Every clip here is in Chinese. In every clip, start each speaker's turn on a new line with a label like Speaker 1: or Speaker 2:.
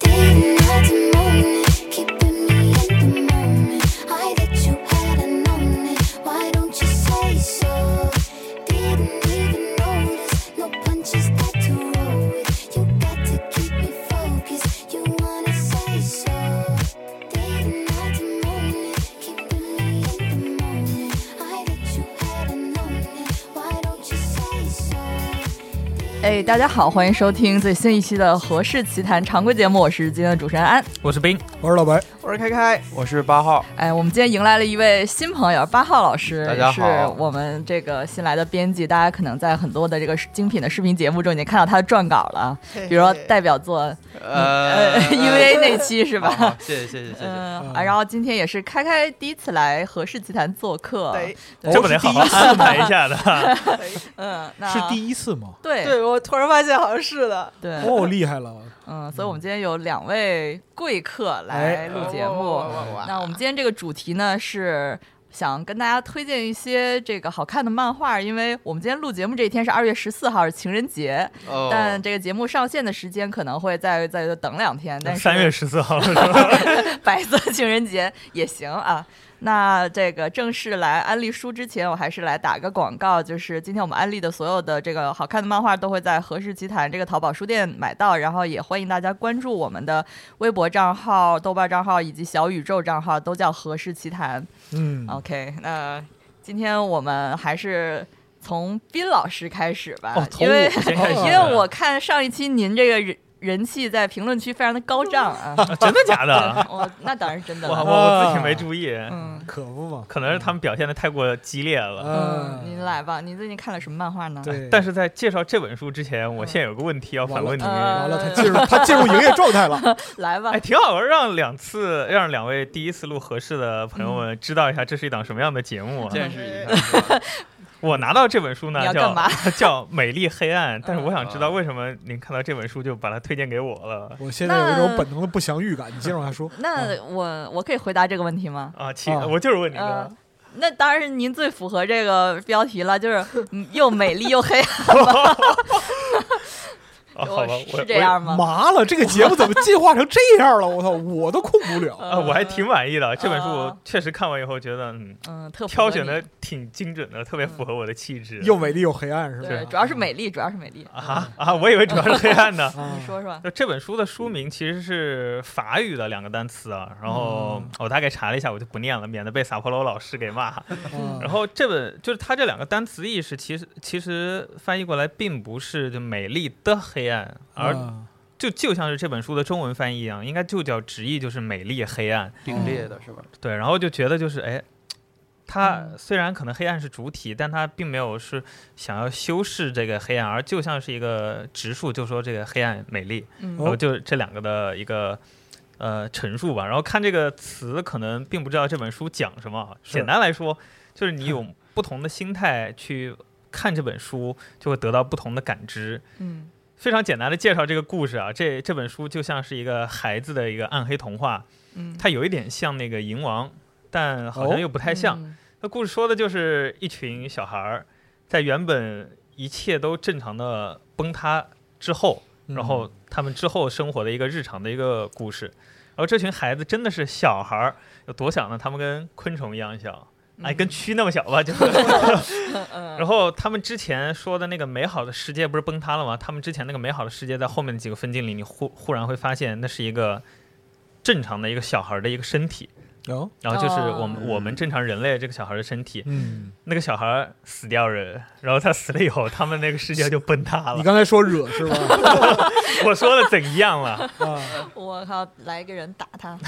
Speaker 1: Dating at the moment, keeping me in the moment. I that you had a moment. Why don't you say so? Didn't even notice. No punches that to roll with. You got to keep me focused. You wanna say so? Dating at the moment, keeping me in the moment. I that you had a moment. Why don't you say so?
Speaker 2: 哎，大家好，欢迎收听最新一期的《何氏奇谈》常规节目，我是今天的主持人安。
Speaker 3: 我是冰，
Speaker 4: 我是老白，
Speaker 5: 我是开开，
Speaker 3: 我是 八号，
Speaker 2: 哎，我们今天迎来了一位新朋友，八号老师，
Speaker 3: 大家
Speaker 2: 是
Speaker 3: 好
Speaker 2: 我们这个新来的编辑。大家可能在很多的这个精品的视频节目中已经看到他的撰稿了，比如说代表作
Speaker 3: 呃
Speaker 2: 呃 EVA 那期是
Speaker 3: 好
Speaker 6: 呃
Speaker 3: 好
Speaker 2: 吧？
Speaker 3: 谢谢谢谢谢
Speaker 5: 呃
Speaker 3: 谢，
Speaker 2: 嗯，啊然后今天也是开开第一次来《何氏奇谈》做客，
Speaker 5: 对，
Speaker 3: 这不得好好啊安排一下的。
Speaker 2: 嗯，那
Speaker 4: 是第一次吗？
Speaker 2: 对
Speaker 5: 对我突然发现好像是的，
Speaker 2: 对，
Speaker 4: 哦，厉害了！
Speaker 2: 嗯，所以我们今天有两位贵客来
Speaker 3: 哦
Speaker 2: 录节目。那我们今天这个主题呢是。想跟大家推荐一些这个好看的漫画，因为我们今天录节目这一天是二月十四号，是情人节，
Speaker 3: 哦
Speaker 2: 但这个节目上线的时间可能会再再等两天，但是
Speaker 3: 三月十四号是吧？
Speaker 2: 白色情人节也行啊。那这个正式来安利书之前，我还是来打个广告，就是今天我们安利的所有的这个好看的漫画都会在和氏集团这个淘宝书店买到，然后也欢迎大家关注我们的微博账号、豆瓣账号以及小宇宙账号，都叫和氏奇谈。
Speaker 4: 嗯，
Speaker 2: OK，那今天我们还是从斌老师开始吧，
Speaker 3: 哦从
Speaker 2: 因为
Speaker 3: 我先开始
Speaker 2: 因
Speaker 4: 哦
Speaker 2: 为我看上一期您这个人人气在评论区非常的高涨啊。
Speaker 3: 真的假的？
Speaker 2: 我那当然是真的
Speaker 3: 我
Speaker 2: 了。
Speaker 3: 我我自己没注意，
Speaker 2: 啊嗯
Speaker 4: 可不嘛。
Speaker 3: 可能是他们表现的太过激烈了。哎
Speaker 2: 嗯，
Speaker 4: 嗯，
Speaker 2: 您来吧，您最近看了什么漫画呢？
Speaker 4: 对，
Speaker 3: 但是在介绍这本书之前，我现在有个问题要反问你。
Speaker 2: 嗯完了
Speaker 4: 完了，他 进入他进入营业状态了。
Speaker 2: 来吧
Speaker 3: 哎，，挺好，让两次让两位第一次录合适的朋友
Speaker 2: 嗯
Speaker 3: 们知道一下，这是一档什么样的节目啊？
Speaker 6: 见识一
Speaker 5: 嗯
Speaker 6: 下。
Speaker 3: 我拿到这本书
Speaker 2: 你
Speaker 3: 呢，
Speaker 2: 要
Speaker 3: 叫
Speaker 2: 干嘛 嗯
Speaker 3: 叫《美丽 黑暗》，但是我想知道为什么您看到这本书就把它推荐给我了
Speaker 4: 我现在有一种本能的不祥预感。你接着往下说。
Speaker 2: 那
Speaker 3: 嗯
Speaker 2: 我我可以回答这个问题吗？
Speaker 3: 啊？其
Speaker 4: 啊
Speaker 3: 我就是问你
Speaker 2: 嗯
Speaker 3: 的，，
Speaker 2: 那当然是您最符合这个标题了，就是嗯又美丽又黑暗。
Speaker 3: 哦，好
Speaker 2: 我
Speaker 3: 吧，我
Speaker 2: 是这样吗？
Speaker 4: 麻了，这个节目怎么进化成这样了？我操，我都控不
Speaker 2: 嗯
Speaker 4: 了。
Speaker 3: 啊，我还挺满意的。这本书
Speaker 2: 啊
Speaker 3: 我确实看完以后觉得，嗯，
Speaker 2: 嗯，特符合
Speaker 3: 挑选
Speaker 2: 你嗯
Speaker 3: 的挺精准的，特别符合我的气质。
Speaker 4: 又美丽又黑暗是吧？。
Speaker 2: 对，主要是
Speaker 3: 嗯
Speaker 2: 美丽，主要是美丽。
Speaker 3: 啊啊！我以为主要是黑暗呢
Speaker 4: 啊
Speaker 2: 你，说说，
Speaker 3: 就这本书的书名其实是法语的两个单词啊，然后
Speaker 4: 嗯
Speaker 3: 我大概查了一下，我就不念了，免得被撒泼楼老师给骂。
Speaker 4: 嗯
Speaker 3: 然后这本就是它这两个单词意思，其实其实翻译过来并不是就美丽的黑暗， 而
Speaker 4: 啊
Speaker 3: 就就像是这本书的中文翻译一样，应该就叫直译就是美丽黑暗。
Speaker 6: 并列的是 吧？
Speaker 3: 对，然后就觉得就是哎，它
Speaker 2: 嗯
Speaker 3: 虽然可能黑暗是主体，但它并没有是想要修饰这个黑暗，而就像是一个植树，就说这个黑暗美丽，
Speaker 2: 嗯
Speaker 3: 然后就这两个的一个。呃，陈述吧。然后看这个词，可能并不知道这本书讲什么啊。
Speaker 4: 是
Speaker 3: 简单来说，就是你有不同的心态去看这本书就会得到不同的感知。
Speaker 2: 嗯
Speaker 3: 非常简单的介绍这个故事啊，这这本书就像是一个孩子的一个暗黑童话，
Speaker 2: 嗯，
Speaker 3: 它有一点像那个《银王》，但好像又不太像。
Speaker 2: 嗯
Speaker 3: 那故事说的就是一群小孩儿，在原本一切都正常的崩塌之后，然后他们之后生活的一个日常的一个故事。然后这群孩子真的是小孩儿，有多小呢？他们跟昆虫一样小，哎，跟蛆那么小吧，就是。然后他们之前说的那个美好的世界不是崩塌了吗？他们之前那个美好的世界在后面的几个分镜里，你忽忽然会发现那是一个正常的一个小孩儿的一个身体，
Speaker 4: 哦，
Speaker 3: 然后就是我们、
Speaker 2: 哦
Speaker 3: 我们正常人类这个小孩儿的身体，
Speaker 4: 嗯，
Speaker 3: 那个小孩儿死掉人，然后他死了以后，他们那个世界就崩塌
Speaker 4: 你
Speaker 3: 了。
Speaker 4: 刚才说惹是吧？
Speaker 3: 我说了怎样了？
Speaker 4: 啊，
Speaker 2: 我靠，来一个人打他，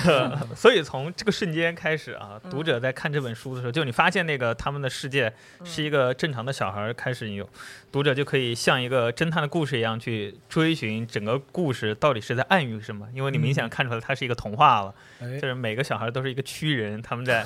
Speaker 3: 所以从这个瞬间开始啊，
Speaker 4: 嗯
Speaker 3: 读者在看这本书的时候，就你发现那个他们的世界
Speaker 4: 嗯
Speaker 3: 是一个正常的小孩儿开始，你有读者就可以像一个侦探的故事一样去追寻整个故事到底是在暗喻什么，因为你明
Speaker 4: 嗯
Speaker 3: 显看出来它是一个童话了，
Speaker 4: 哎
Speaker 3: 就，是每个小孩儿都是一个蛆人，他们在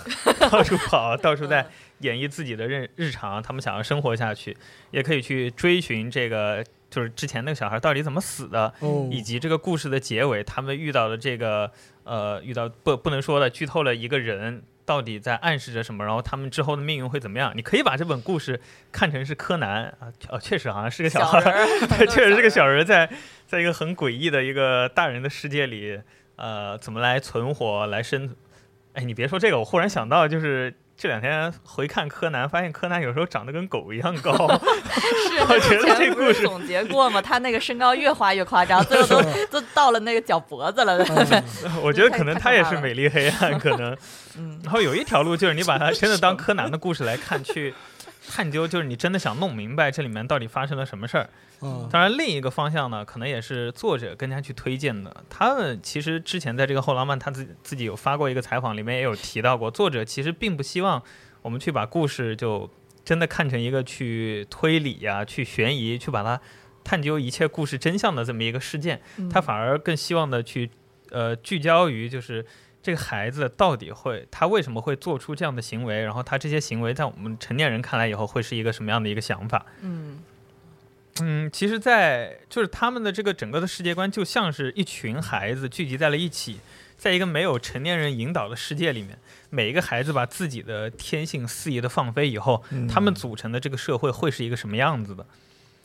Speaker 3: 到处跑，到处在演绎自己的日日常，他们想要生活下去，也可以去追寻这个就是之前那个小孩儿到底怎么死的，
Speaker 4: 哦，
Speaker 3: 以及这个故事的结尾，他们遇到的这个呃，遇到不不能说的剧透了一个人到底在暗示着什么，然后他们之后的命运会怎么样？你可以把这本故事看成是柯南啊，哦，确实好像是个小孩
Speaker 2: 小人
Speaker 3: 儿，
Speaker 2: 儿，
Speaker 3: 对，确实是个小人儿在在一个很诡异的一个大人的世界里，呃，怎么来存活来生？哎，你别说这个，我忽然想到就是。这两天回看柯南，发现柯南有时候长得跟狗一样高，
Speaker 2: 是，
Speaker 3: 我觉得这
Speaker 2: 不
Speaker 3: 故
Speaker 2: 是
Speaker 3: 事
Speaker 2: 总结过吗？他那个身高越画越夸 张，最后都都到了那个脚脖子了。
Speaker 3: 我觉得
Speaker 2: 太
Speaker 3: 可能
Speaker 2: 太
Speaker 3: 他
Speaker 2: 可
Speaker 3: 也
Speaker 2: 怕
Speaker 3: 是
Speaker 2: 了
Speaker 3: 美丽黑暗，可能
Speaker 2: 嗯，
Speaker 3: 然后有一条路就是你把它真的当柯南的故事来看， 去探究，就是你真的想弄明白这里面到底发生了什么事儿。
Speaker 4: 嗯
Speaker 3: 当然，另一个方向呢，可能也是作者更加去推荐的。他们其实之前在这个后浪漫他自自己有发过一个采访，里面也有提到过，作者其实并不希望我们去把故事就真的看成一个去推理呀、去悬疑、去把它探究一切故事真相的这么一个事件。
Speaker 2: 嗯
Speaker 3: 他反而更希望的去呃聚焦于就是这个孩子到底会他为什么会做出这样的行为，然后他这些行为在我们成年人看来以后会是一个什么样的一个想法？
Speaker 2: 嗯
Speaker 3: 嗯，其实在，就是他们的这个整个的世界观，就像是一群孩子聚集在了一起，在一个没有成年人引导的世界里面，每一个孩子把自己的天性肆意的放飞以后，他们组成的这个社会会是一个什么样子的？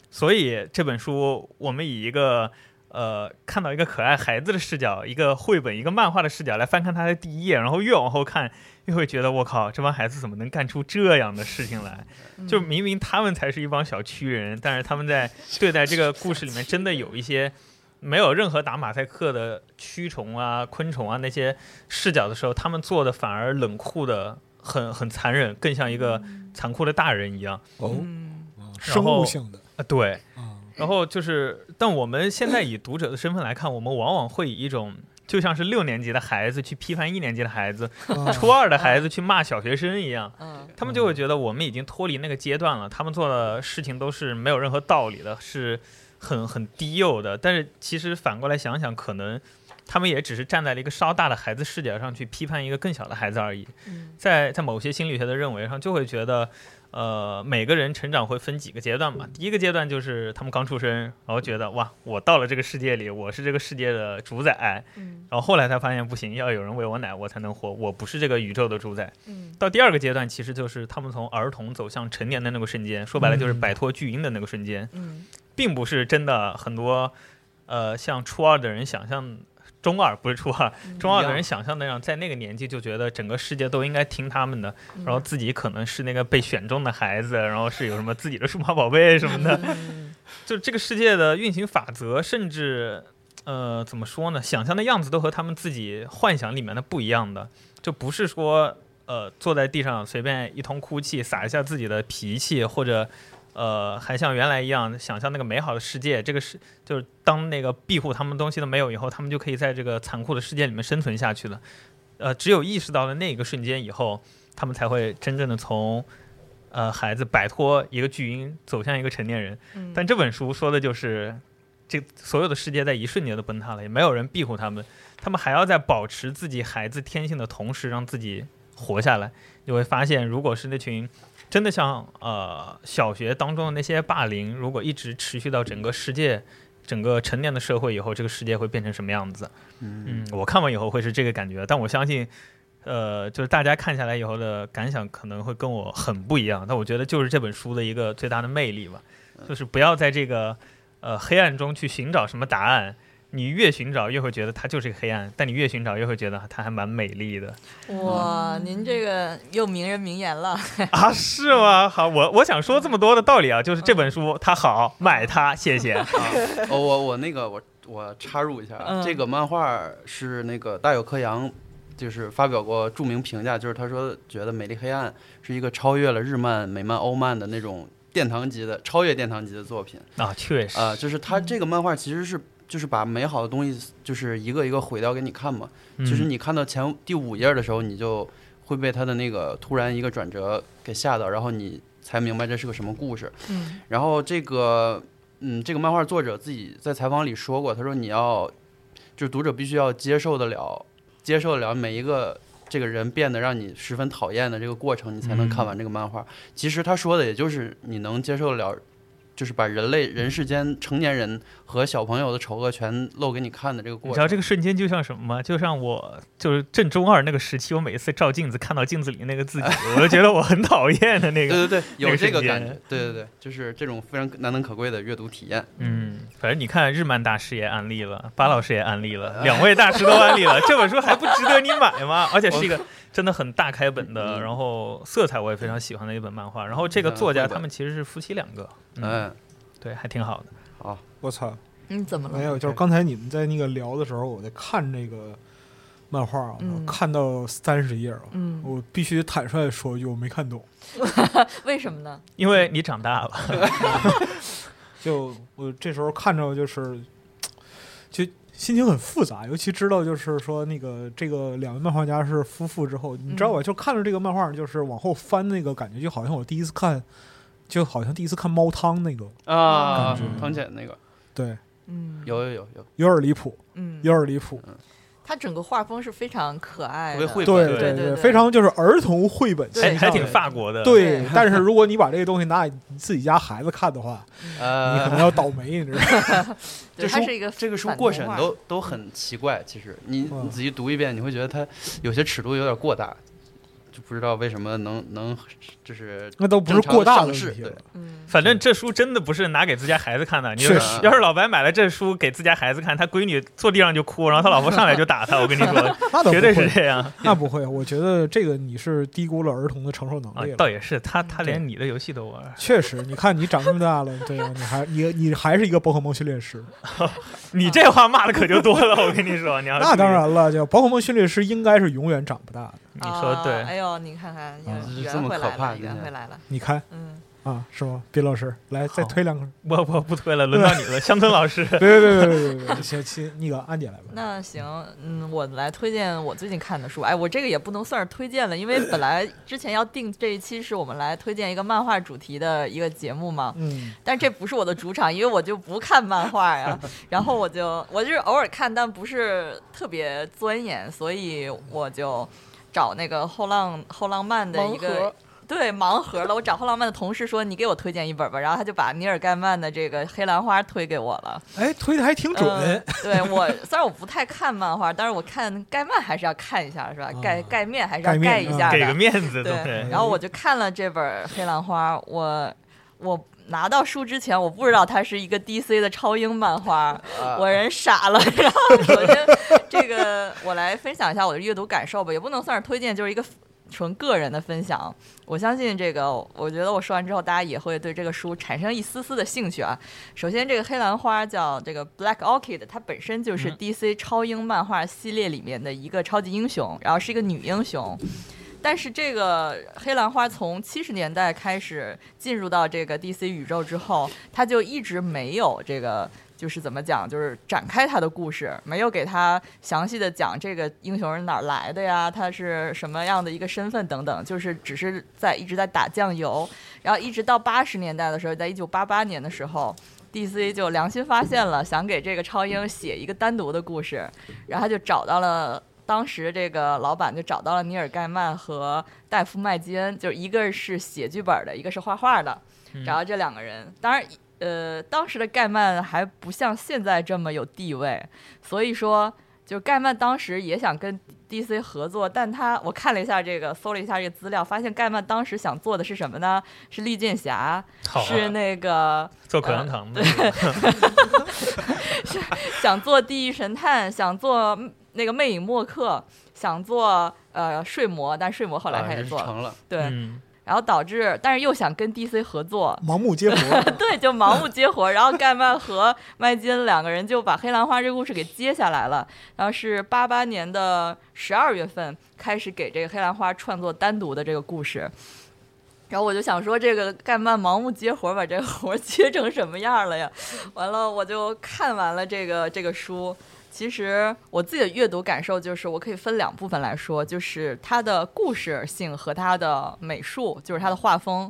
Speaker 3: 所以这本书，我们以一个呃看到一个可爱孩子的视角，一个绘本、一个漫画的视角来翻看它的第一页，然后越往后看，越会觉得我靠，这帮孩子怎么能干出这样的事情来？就明明他们才是一帮小区人，但是他们在对待这个故事里面，真的有一些没有任何打马赛克的蛆虫啊、昆虫啊那些视角的时候，他们做的反而冷酷的很很残忍，更像一个残酷的大人一样
Speaker 4: 哦，
Speaker 2: 嗯
Speaker 4: 生物性的
Speaker 3: 啊。对，
Speaker 4: 啊，
Speaker 3: 然后就是，但我们现在以读者的身份来看，我们往往会以一种。就像是六年级的孩子去批判一年级的孩子，
Speaker 4: 啊
Speaker 3: 初二的孩子去骂小学生一样，
Speaker 2: 嗯
Speaker 3: 他们就会觉得我们已经脱离那个阶段了，他们做的事情都是没有任何道理的，是很很低幼的。但是其实反过来想想，可能他们也只是站在了一个稍大的孩子视角上去批判一个更小的孩子而已。
Speaker 2: 嗯
Speaker 3: 在在某些心理学的认为上，就会觉得，呃，每个人成长会分几个阶段嘛。第一个阶段就是他们刚出生，然后觉得哇，我到了这个世界里，我是这个世界的主宰。
Speaker 2: 嗯
Speaker 3: 然后后来才发现不行，要有人喂我奶，我才能活，我不是这个宇宙的主宰。
Speaker 2: 嗯
Speaker 3: 到第二个阶段，其实就是他们从儿童走向成年的那个瞬间，说白了就是摆脱巨婴的那个瞬间，
Speaker 2: 嗯
Speaker 3: 并不是真的很多，呃，像初二的人想象，中二不是初二，中二的人想象那样，在那个年纪就觉得整个世界都应该听他们的，然后自己可能是那个被选中的孩子， 然后是有什么自己的数码宝贝 什么的，就这个世界的运行法则，甚至呃怎么说呢，想象的样子都和他们自己幻想里面的不一样的，就不是说呃坐在地上随便一通哭泣，撒一下自己的脾气，或者呃还像原来一样想象那个美好的世界，这个是就是当那个庇护他们东西都没有以后，他们就可以在这个残酷的世界里面生存下去了。呃，只有意识到了那一个瞬间以后，他们才会真正的从呃孩子摆脱一个巨婴，走向一个成年人。
Speaker 2: 嗯
Speaker 3: 但这本书说的就是，这所有的世界在一瞬间都崩塌了，也没有人庇护他们，他们还要在保持自己孩子天性的同时，让自己活下来。你会发现，如果是那群真的像呃小学当中的那些霸凌，如果一直持续到整个世界。整个成年的社会以后，这个世界会变成什么样子？嗯，我看完以后会是这个感觉，但我相信，呃，就是大家看下来以后的感想可能会跟我很不一样。但我觉得就是这本书的一个最大的魅力吧，就是不要在这个呃黑暗中去寻找什么答案。你越寻找越会觉得它就是黑暗，但你越寻找越会觉得它还蛮美丽的
Speaker 2: 嗯哇，您这个又名人名言了，
Speaker 3: 啊，是吗？好，我我想说这么多的道理啊，就是这本书它好，买它，谢谢。
Speaker 6: 啊，哦，我我那个我我插入一下啊，
Speaker 2: 嗯
Speaker 6: 这个漫画是那个大有克洋，就是发表过著名评价，就是他说觉得《美丽黑暗》是一个超越了日漫、美漫、欧漫的那种殿堂级的超越殿堂级的作品。
Speaker 3: 啊，确实，
Speaker 6: 啊，就是他这个漫画其实是就是把美好的东西就是一个一个毁掉给你看嘛。
Speaker 3: 嗯
Speaker 6: 其实你看到前第五页的时候，你就会被他的那个突然一个转折给吓到，然后你才明白这是个什么故事。
Speaker 2: 嗯，
Speaker 6: 然后这个嗯，这个漫画作者自己在采访里说过，他说你要就是读者必须要接受得了，接受得了每一个。这个人变得让你十分讨厌的这个过程，你才能
Speaker 3: 嗯
Speaker 6: 看完这个漫画。其实他说的也就是你能接受得了就是把人类人世间成年人和小朋友的丑恶全露给你看的这个
Speaker 3: 你
Speaker 6: 过
Speaker 3: 知道
Speaker 6: 程。
Speaker 3: 这个瞬间就像什么吗？就像我就是正中二那个时期，我每一次照镜子看到镜子里那个 自己，我就觉得我很讨厌的
Speaker 6: 对
Speaker 3: 那个。
Speaker 6: 对对，有这个感
Speaker 3: 那
Speaker 6: 觉
Speaker 3: 个瞬间，
Speaker 6: 对对对，就是这种非常难能可贵的阅读体验。
Speaker 3: 嗯，反正你看日漫大师也安利了，巴老师也安利了，两位大师都安利 了，这本书还不值得你买吗？而且是一个真的很大开本的，
Speaker 6: 嗯
Speaker 3: 然后色彩我也非常喜欢的一本漫画。然后这个作家他们其实是夫妻两个，嗯，
Speaker 6: 嗯，
Speaker 3: 对，还挺好的。
Speaker 4: 我操，
Speaker 2: 嗯，怎么
Speaker 4: 没
Speaker 2: 了？
Speaker 4: 有，就是刚才你们在那个聊的时候，我在看这个漫画啊，
Speaker 2: 嗯
Speaker 4: 我看到三十页啊，
Speaker 2: 嗯
Speaker 4: 我必须坦率地说一句，我没看懂。
Speaker 2: 为什么呢？
Speaker 3: 因为你长大了，
Speaker 4: 就我这时候看着就是，就心情很复杂，尤其知道就是说那个这个两位漫画家是夫妇之后，你知道
Speaker 2: 嗯
Speaker 4: 吧？就看着这个漫画，就是往后翻那个感觉，就好像我第一次看，就好像第一次看猫汤那个，
Speaker 6: 啊
Speaker 3: 感觉，
Speaker 6: 汤浅那个
Speaker 4: 对，
Speaker 2: 嗯，
Speaker 6: 有有有有，
Speaker 4: 有点离谱，
Speaker 2: 嗯，
Speaker 4: 有点离谱，
Speaker 2: 他整个画风是非常可爱
Speaker 6: 特
Speaker 2: 的，
Speaker 6: 别绘
Speaker 4: 对
Speaker 6: 本，
Speaker 2: 对对
Speaker 4: 对，非常就是儿童绘本
Speaker 2: 对
Speaker 3: 还
Speaker 4: 倾向
Speaker 3: 哎还
Speaker 4: 的，
Speaker 3: 挺法国的。
Speaker 4: 对，但是如果你把这个东西拿给你自己家孩子看的话，你可能
Speaker 6: 呃，
Speaker 4: 要倒霉，你知道吗？
Speaker 2: 对，
Speaker 6: 这
Speaker 2: 他
Speaker 6: 书
Speaker 2: 是一个
Speaker 6: 这个书
Speaker 2: 反
Speaker 6: 过
Speaker 2: 童
Speaker 6: 审
Speaker 2: 话
Speaker 6: 都都很奇怪。其实你
Speaker 4: 嗯
Speaker 6: 你仔细读一遍，你会觉得它有些尺度有点过大，就不知道为什么能能就是
Speaker 4: 那都不是过大的问题了。
Speaker 2: 嗯
Speaker 3: 反正这书真的不是拿给自家孩子看的，你就
Speaker 4: 确
Speaker 6: 实
Speaker 3: 要是老白买了这书给自家孩子看，他闺女坐地上就哭，然后他老婆上来就打他，我跟你说，
Speaker 4: 那 倒不
Speaker 3: 绝对是
Speaker 4: 会，
Speaker 3: 这样
Speaker 4: 那不会。我觉得这个你是低估了儿童的承受能
Speaker 3: 啊
Speaker 4: 力，了。
Speaker 3: 倒也是，
Speaker 2: 嗯
Speaker 3: 他他连你的游戏都
Speaker 2: 啊
Speaker 3: 玩，
Speaker 4: 确实，你看你长这么大了，对啊吧？你还你你还是一个宝可梦训练师，
Speaker 3: 你这话骂的可就多了，我跟你说，你要是
Speaker 4: 那当，然了，就宝可梦训练师应该是永远长不大的。
Speaker 3: 你说
Speaker 2: 啊
Speaker 3: 对，
Speaker 2: 哎呦，你看看，
Speaker 6: 这
Speaker 2: 圆
Speaker 6: 啊这么
Speaker 2: 回
Speaker 6: 可
Speaker 2: 来
Speaker 6: 怕
Speaker 2: 了，圆
Speaker 6: 真的
Speaker 2: 回来了，
Speaker 4: 你看
Speaker 2: 嗯，
Speaker 4: 啊，是吗？毕老师，来再推两个，
Speaker 3: 我我不推了，轮到你了，乡村老师，
Speaker 4: 别别别别别别，行，亲那个安姐来吧。
Speaker 2: 那行，嗯，我来推荐我最近看的书。哎，我这个也不能算是推荐了，因为本来之前要定这一期是我们来推荐一个漫画主题的一个节目嘛，
Speaker 4: 嗯，
Speaker 2: 但这不是我的主场，因为我就不看漫画呀。然后我就我就是偶尔看，但不是特别钻研，所以我就找那个后浪后浪漫的一个。对盲盒了，我找后浪漫的同事说你给我推荐一本吧，然后他就把尼尔盖曼的这个《黑兰花》推给我了。
Speaker 4: 哎，推的还挺准。
Speaker 3: 呃
Speaker 2: 嗯对我虽然我不太看漫画，但是我看盖漫还是要看一下，是吧？盖盖面还是要
Speaker 4: 啊盖面嗯
Speaker 2: 盖一下的。
Speaker 3: 给个面子，对
Speaker 2: 对，
Speaker 3: 不对？
Speaker 2: 然后我就看了这本《黑兰花》，我我拿到书之前，我不知道它是一个 DC 的超英漫画，我人傻了。 然后首先这个我来分享一下我的阅读感受吧，也不能算是推荐，就是一个。纯个人的分享，我相信这个，我觉得我说完之后，大家也会对这个书产生一丝丝的兴趣啊。首先，这个黑兰花叫这个 Black Orchid，它本身就是
Speaker 3: 嗯
Speaker 2: DC 超英漫画系列里面的一个超级英雄，然后是一个女英雄。但是这个黑兰花从七十年代开始进入到这个 DC 宇宙之后，它就一直没有这个。就是怎么讲，就是展开它的故事，没有给他详细的讲这个英雄是哪儿来的呀，他是什么样的一个身份等等，就是只是在一直在打酱油，然后一直到八十年代的时候，在一九八八年的时候，DC 就良心发现了，想给这个超英写一个单独的故事，然后他就找到了当时这个老板就找到了尼尔盖曼和戴夫麦基恩，就是一个是写剧本的，一个是画画的，
Speaker 3: 嗯
Speaker 2: 然后这两个人，当然。呃，当时的盖曼还不像现在这么有地位，所以说，就盖曼当时也想跟 DC 合作，但他我看了一下这个，搜了一下这个资料，发现盖曼当时想做的是什么呢？是利剑侠，
Speaker 3: 好啊
Speaker 2: 是那个
Speaker 3: 做口香糖的，
Speaker 2: 想做地狱神探，想做那个魅影默克，想做呃睡魔，但睡魔后来
Speaker 6: 啊
Speaker 2: 他也
Speaker 6: 人是
Speaker 2: 做了，
Speaker 6: 成了，
Speaker 2: 对，
Speaker 3: 嗯，
Speaker 2: 然后导致，但是又想跟 DC 合作，
Speaker 4: 盲目接 活，
Speaker 2: 对，就盲目接活。然后盖曼和麦金两个人就把《黑兰花》这个故事给接下来了。然后是八八年的十二月份开始给这个《黑兰花》创作单独的这个故事。然后我就想说，这个盖曼盲目接活，把这个活儿 接成什么样了呀？完了，我就看完了这个这个书。其实我自己的阅读感受就是，我可以分两部分来说，就是它的故事性和它的美术，就是它的画风。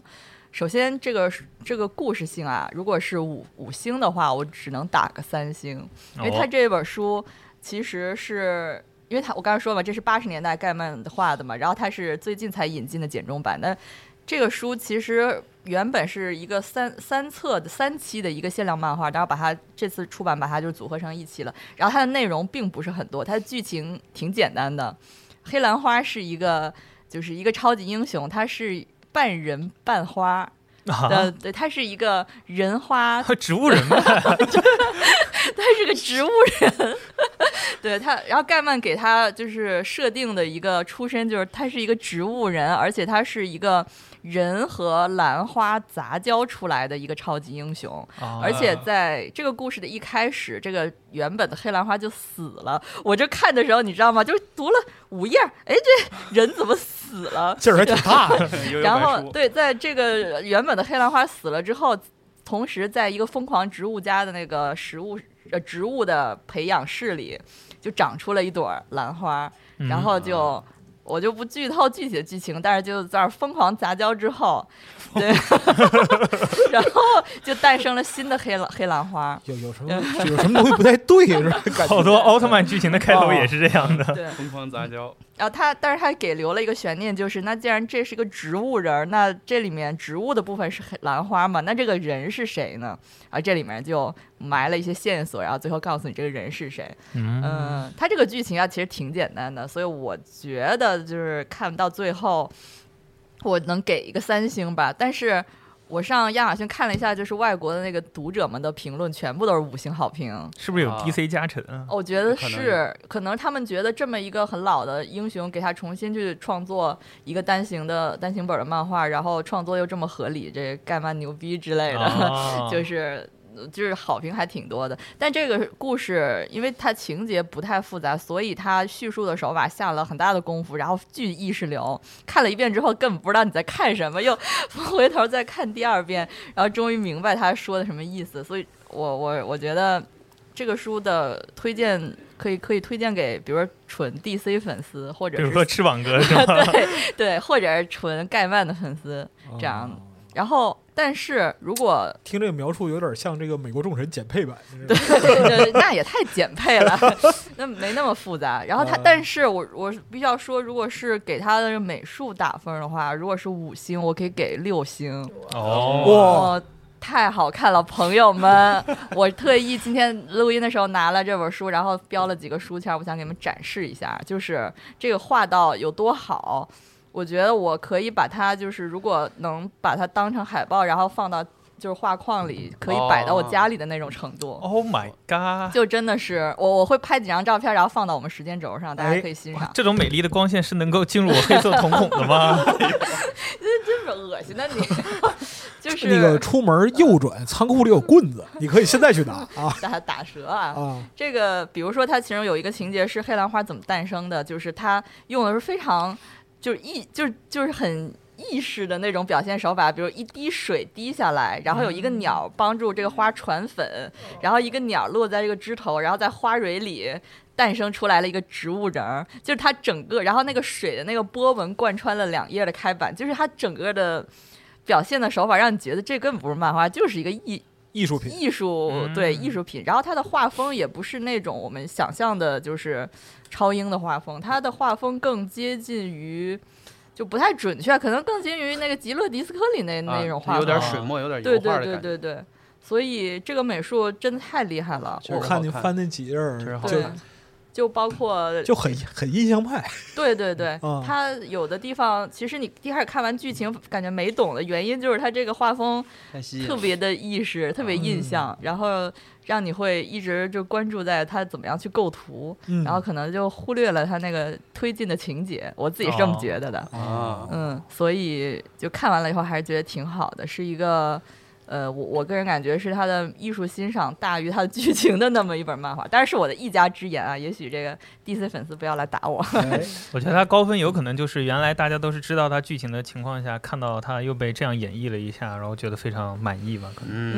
Speaker 2: 首先，这个这个故事性啊，如果是五五星的话，我只能打个三星，因为它
Speaker 3: 哦
Speaker 2: 这本书其实是。因为它我刚才说嘛，这是八十年代盖曼画的嘛，然后它是最近才引进的简中版。那这个书其实原本是一个三三册的三期的一个限量漫画，然后把它这次出版把它就组合成一期了。然后它的内容并不是很多，它的剧情挺简单的。黑兰花是一个就是一个超级英雄，他是半人半花
Speaker 3: 啊
Speaker 2: 的，对，他是一个人花
Speaker 3: 植 物人嘛，
Speaker 2: 他是个植物人， 对他，然后盖曼给他就是设定的一个出身就是他是一个植物人，而且他是一个人和兰花杂交出来的一个超级英雄，而且在这个故事的一开始，这个原本的黑兰花就死了。我这看的时候，你知道吗？就读了五页，哎，这人怎么死了？
Speaker 4: 劲儿还挺大的。
Speaker 3: 悠悠
Speaker 2: 然
Speaker 3: 白
Speaker 2: 后
Speaker 3: 书
Speaker 2: 对，在这个原本的黑兰花死了之后，同时在一个疯狂植物家的那个食物呃植物的培养室里，就长出了一朵兰花，然后就。我就不剧透具体的剧情，但是就在那儿疯狂杂交之后，对， 然后就诞生了新的黑兰黑兰花。
Speaker 4: 有有什么有什么东西不太对是吧？感觉
Speaker 3: 好多奥特曼剧情的开
Speaker 4: 哦
Speaker 3: 头也是这样的，
Speaker 2: 对，
Speaker 6: 疯狂杂交，
Speaker 2: 然后啊他，但是他给留了一个悬念，就是那既然这是个植物人儿，那这里面植物的部分是黑兰花嘛？那这个人是谁呢？啊，这里面就埋了一些线索，然后最后告诉你这个人是谁。
Speaker 3: 嗯，
Speaker 2: 嗯，他这个剧情啊，其实挺简单的，所以我觉得就是看到最后，我能给一个三星吧。但是我上亚马逊看了一下，就是外国的那个读者们的评论，全部都是五星好评。
Speaker 3: 是不是有
Speaker 6: 啊
Speaker 3: DC 加成啊？
Speaker 2: 哦我觉得
Speaker 6: 可能
Speaker 2: 是，可能他们觉得这么一个很老的英雄，给他重新去创作一个单行的单行本的漫画，然后创作又这么合理，这盖曼牛逼之类的，
Speaker 3: 啊
Speaker 2: 就是呃就是好评还挺多的。但这个故事，因为它情节不太复杂，所以它叙述的手法下了很大的功夫，然后巨意识流。看了一遍之后，根本不知道你在看什么，又 回头再看第二遍，然后终于明白他说的什么意思。所以我我我觉得这个书的推荐可以可以推荐给，比如说纯 DC 粉丝，或者
Speaker 3: 比如
Speaker 2: 是
Speaker 3: 说翅膀哥是 吗？
Speaker 2: 对对，或者是纯盖曼的粉丝这样。
Speaker 3: 哦
Speaker 2: 然后，但是如果
Speaker 4: 听这个描述有点像这个美国众神减配版，
Speaker 2: 对对对，那也太简配了，那没那么复杂。然后他，
Speaker 4: 嗯
Speaker 2: 但是我我必须要说，如果是给他的美术打分的话，如果是五星，我可以给六星。
Speaker 3: 哦，
Speaker 4: 哇，
Speaker 2: 哦，太好看了，朋友们！我特意今天录音的时候拿了这本书，然后标了几个书签儿，我想给你们展示一下，就是这个画到有多好。我觉得我可以把它，就是如果能把它当成海报，然后放到就是画框里，可以摆到我家里的那种程度。
Speaker 3: Oh my god！
Speaker 2: 就真的是我我会拍几张照片，然后放到我们时间轴上，大家可以欣赏。
Speaker 3: 这种美丽的光线是能够进入我黑色瞳孔的吗？
Speaker 2: 真是恶心的 你，就是
Speaker 4: 那个出门右转，仓库里有棍子，你可以现在去拿啊
Speaker 2: 打打折啊
Speaker 4: 啊！
Speaker 2: 这个，比如说它其中有一个情节是黑兰花怎么诞生的，就是它用的是非常就是意就是就是很意识的那种表现手法，比如一滴水滴下来，然后有一个鸟帮助这个花传粉，然后一个鸟落在这个枝头，然后在花蕊里。诞生出来了一个植物人儿，就是它整个，然后那个水的那个波纹贯穿了两页的开版，就是它整个的表现的手法，让你觉得这根本不是漫画，就是一个意
Speaker 4: 艺术品，
Speaker 2: 艺术，对
Speaker 3: 嗯
Speaker 2: 艺术品。然后他的画风也不是那种我们想象的，就是超英的画风，他的画风更接近于，就不太准确，可能更接近于那个极乐迪斯科里 那
Speaker 6: 啊
Speaker 2: 那种画
Speaker 6: 有
Speaker 2: 风。
Speaker 6: 点水墨，有点
Speaker 2: 对
Speaker 6: 油
Speaker 2: 对
Speaker 6: 画的
Speaker 2: 对
Speaker 6: 感觉。
Speaker 2: 对对。所以这个美术真的太厉害了，
Speaker 6: 确
Speaker 4: 我
Speaker 6: 实
Speaker 2: 我
Speaker 6: 好
Speaker 4: 看你
Speaker 6: 看
Speaker 4: 翻那几页儿
Speaker 6: 确实好
Speaker 4: 就
Speaker 2: 对
Speaker 6: 看，
Speaker 2: 就包括
Speaker 4: 就很很印象派，
Speaker 2: 对对对
Speaker 4: 嗯，
Speaker 2: 它有的地方其实你一开始看完剧情感觉没懂的原因就是它这个画风
Speaker 6: 太吸引
Speaker 2: 特
Speaker 6: 了。
Speaker 2: 别的意识，特别印象，然后让你会一直就关注在它怎么样去构图，
Speaker 4: 嗯
Speaker 2: 然后可能就忽略了它那个推进的情节，我自己是这么觉得的。
Speaker 6: 啊，
Speaker 2: 嗯，所以就看完了以后还是觉得挺好的，是一个，呃，我我个人感觉是他的艺术欣赏大于他的剧情的那么一本漫画，当然是我的一家之言啊，也许这个 DC 粉丝不要来打我。
Speaker 4: 哎
Speaker 3: 我觉得他高分有可能就是原来大家都是知道他剧情的情况下，看到他又被这样演绎了一下，然后觉得非常满意吧？可能
Speaker 6: 嗯，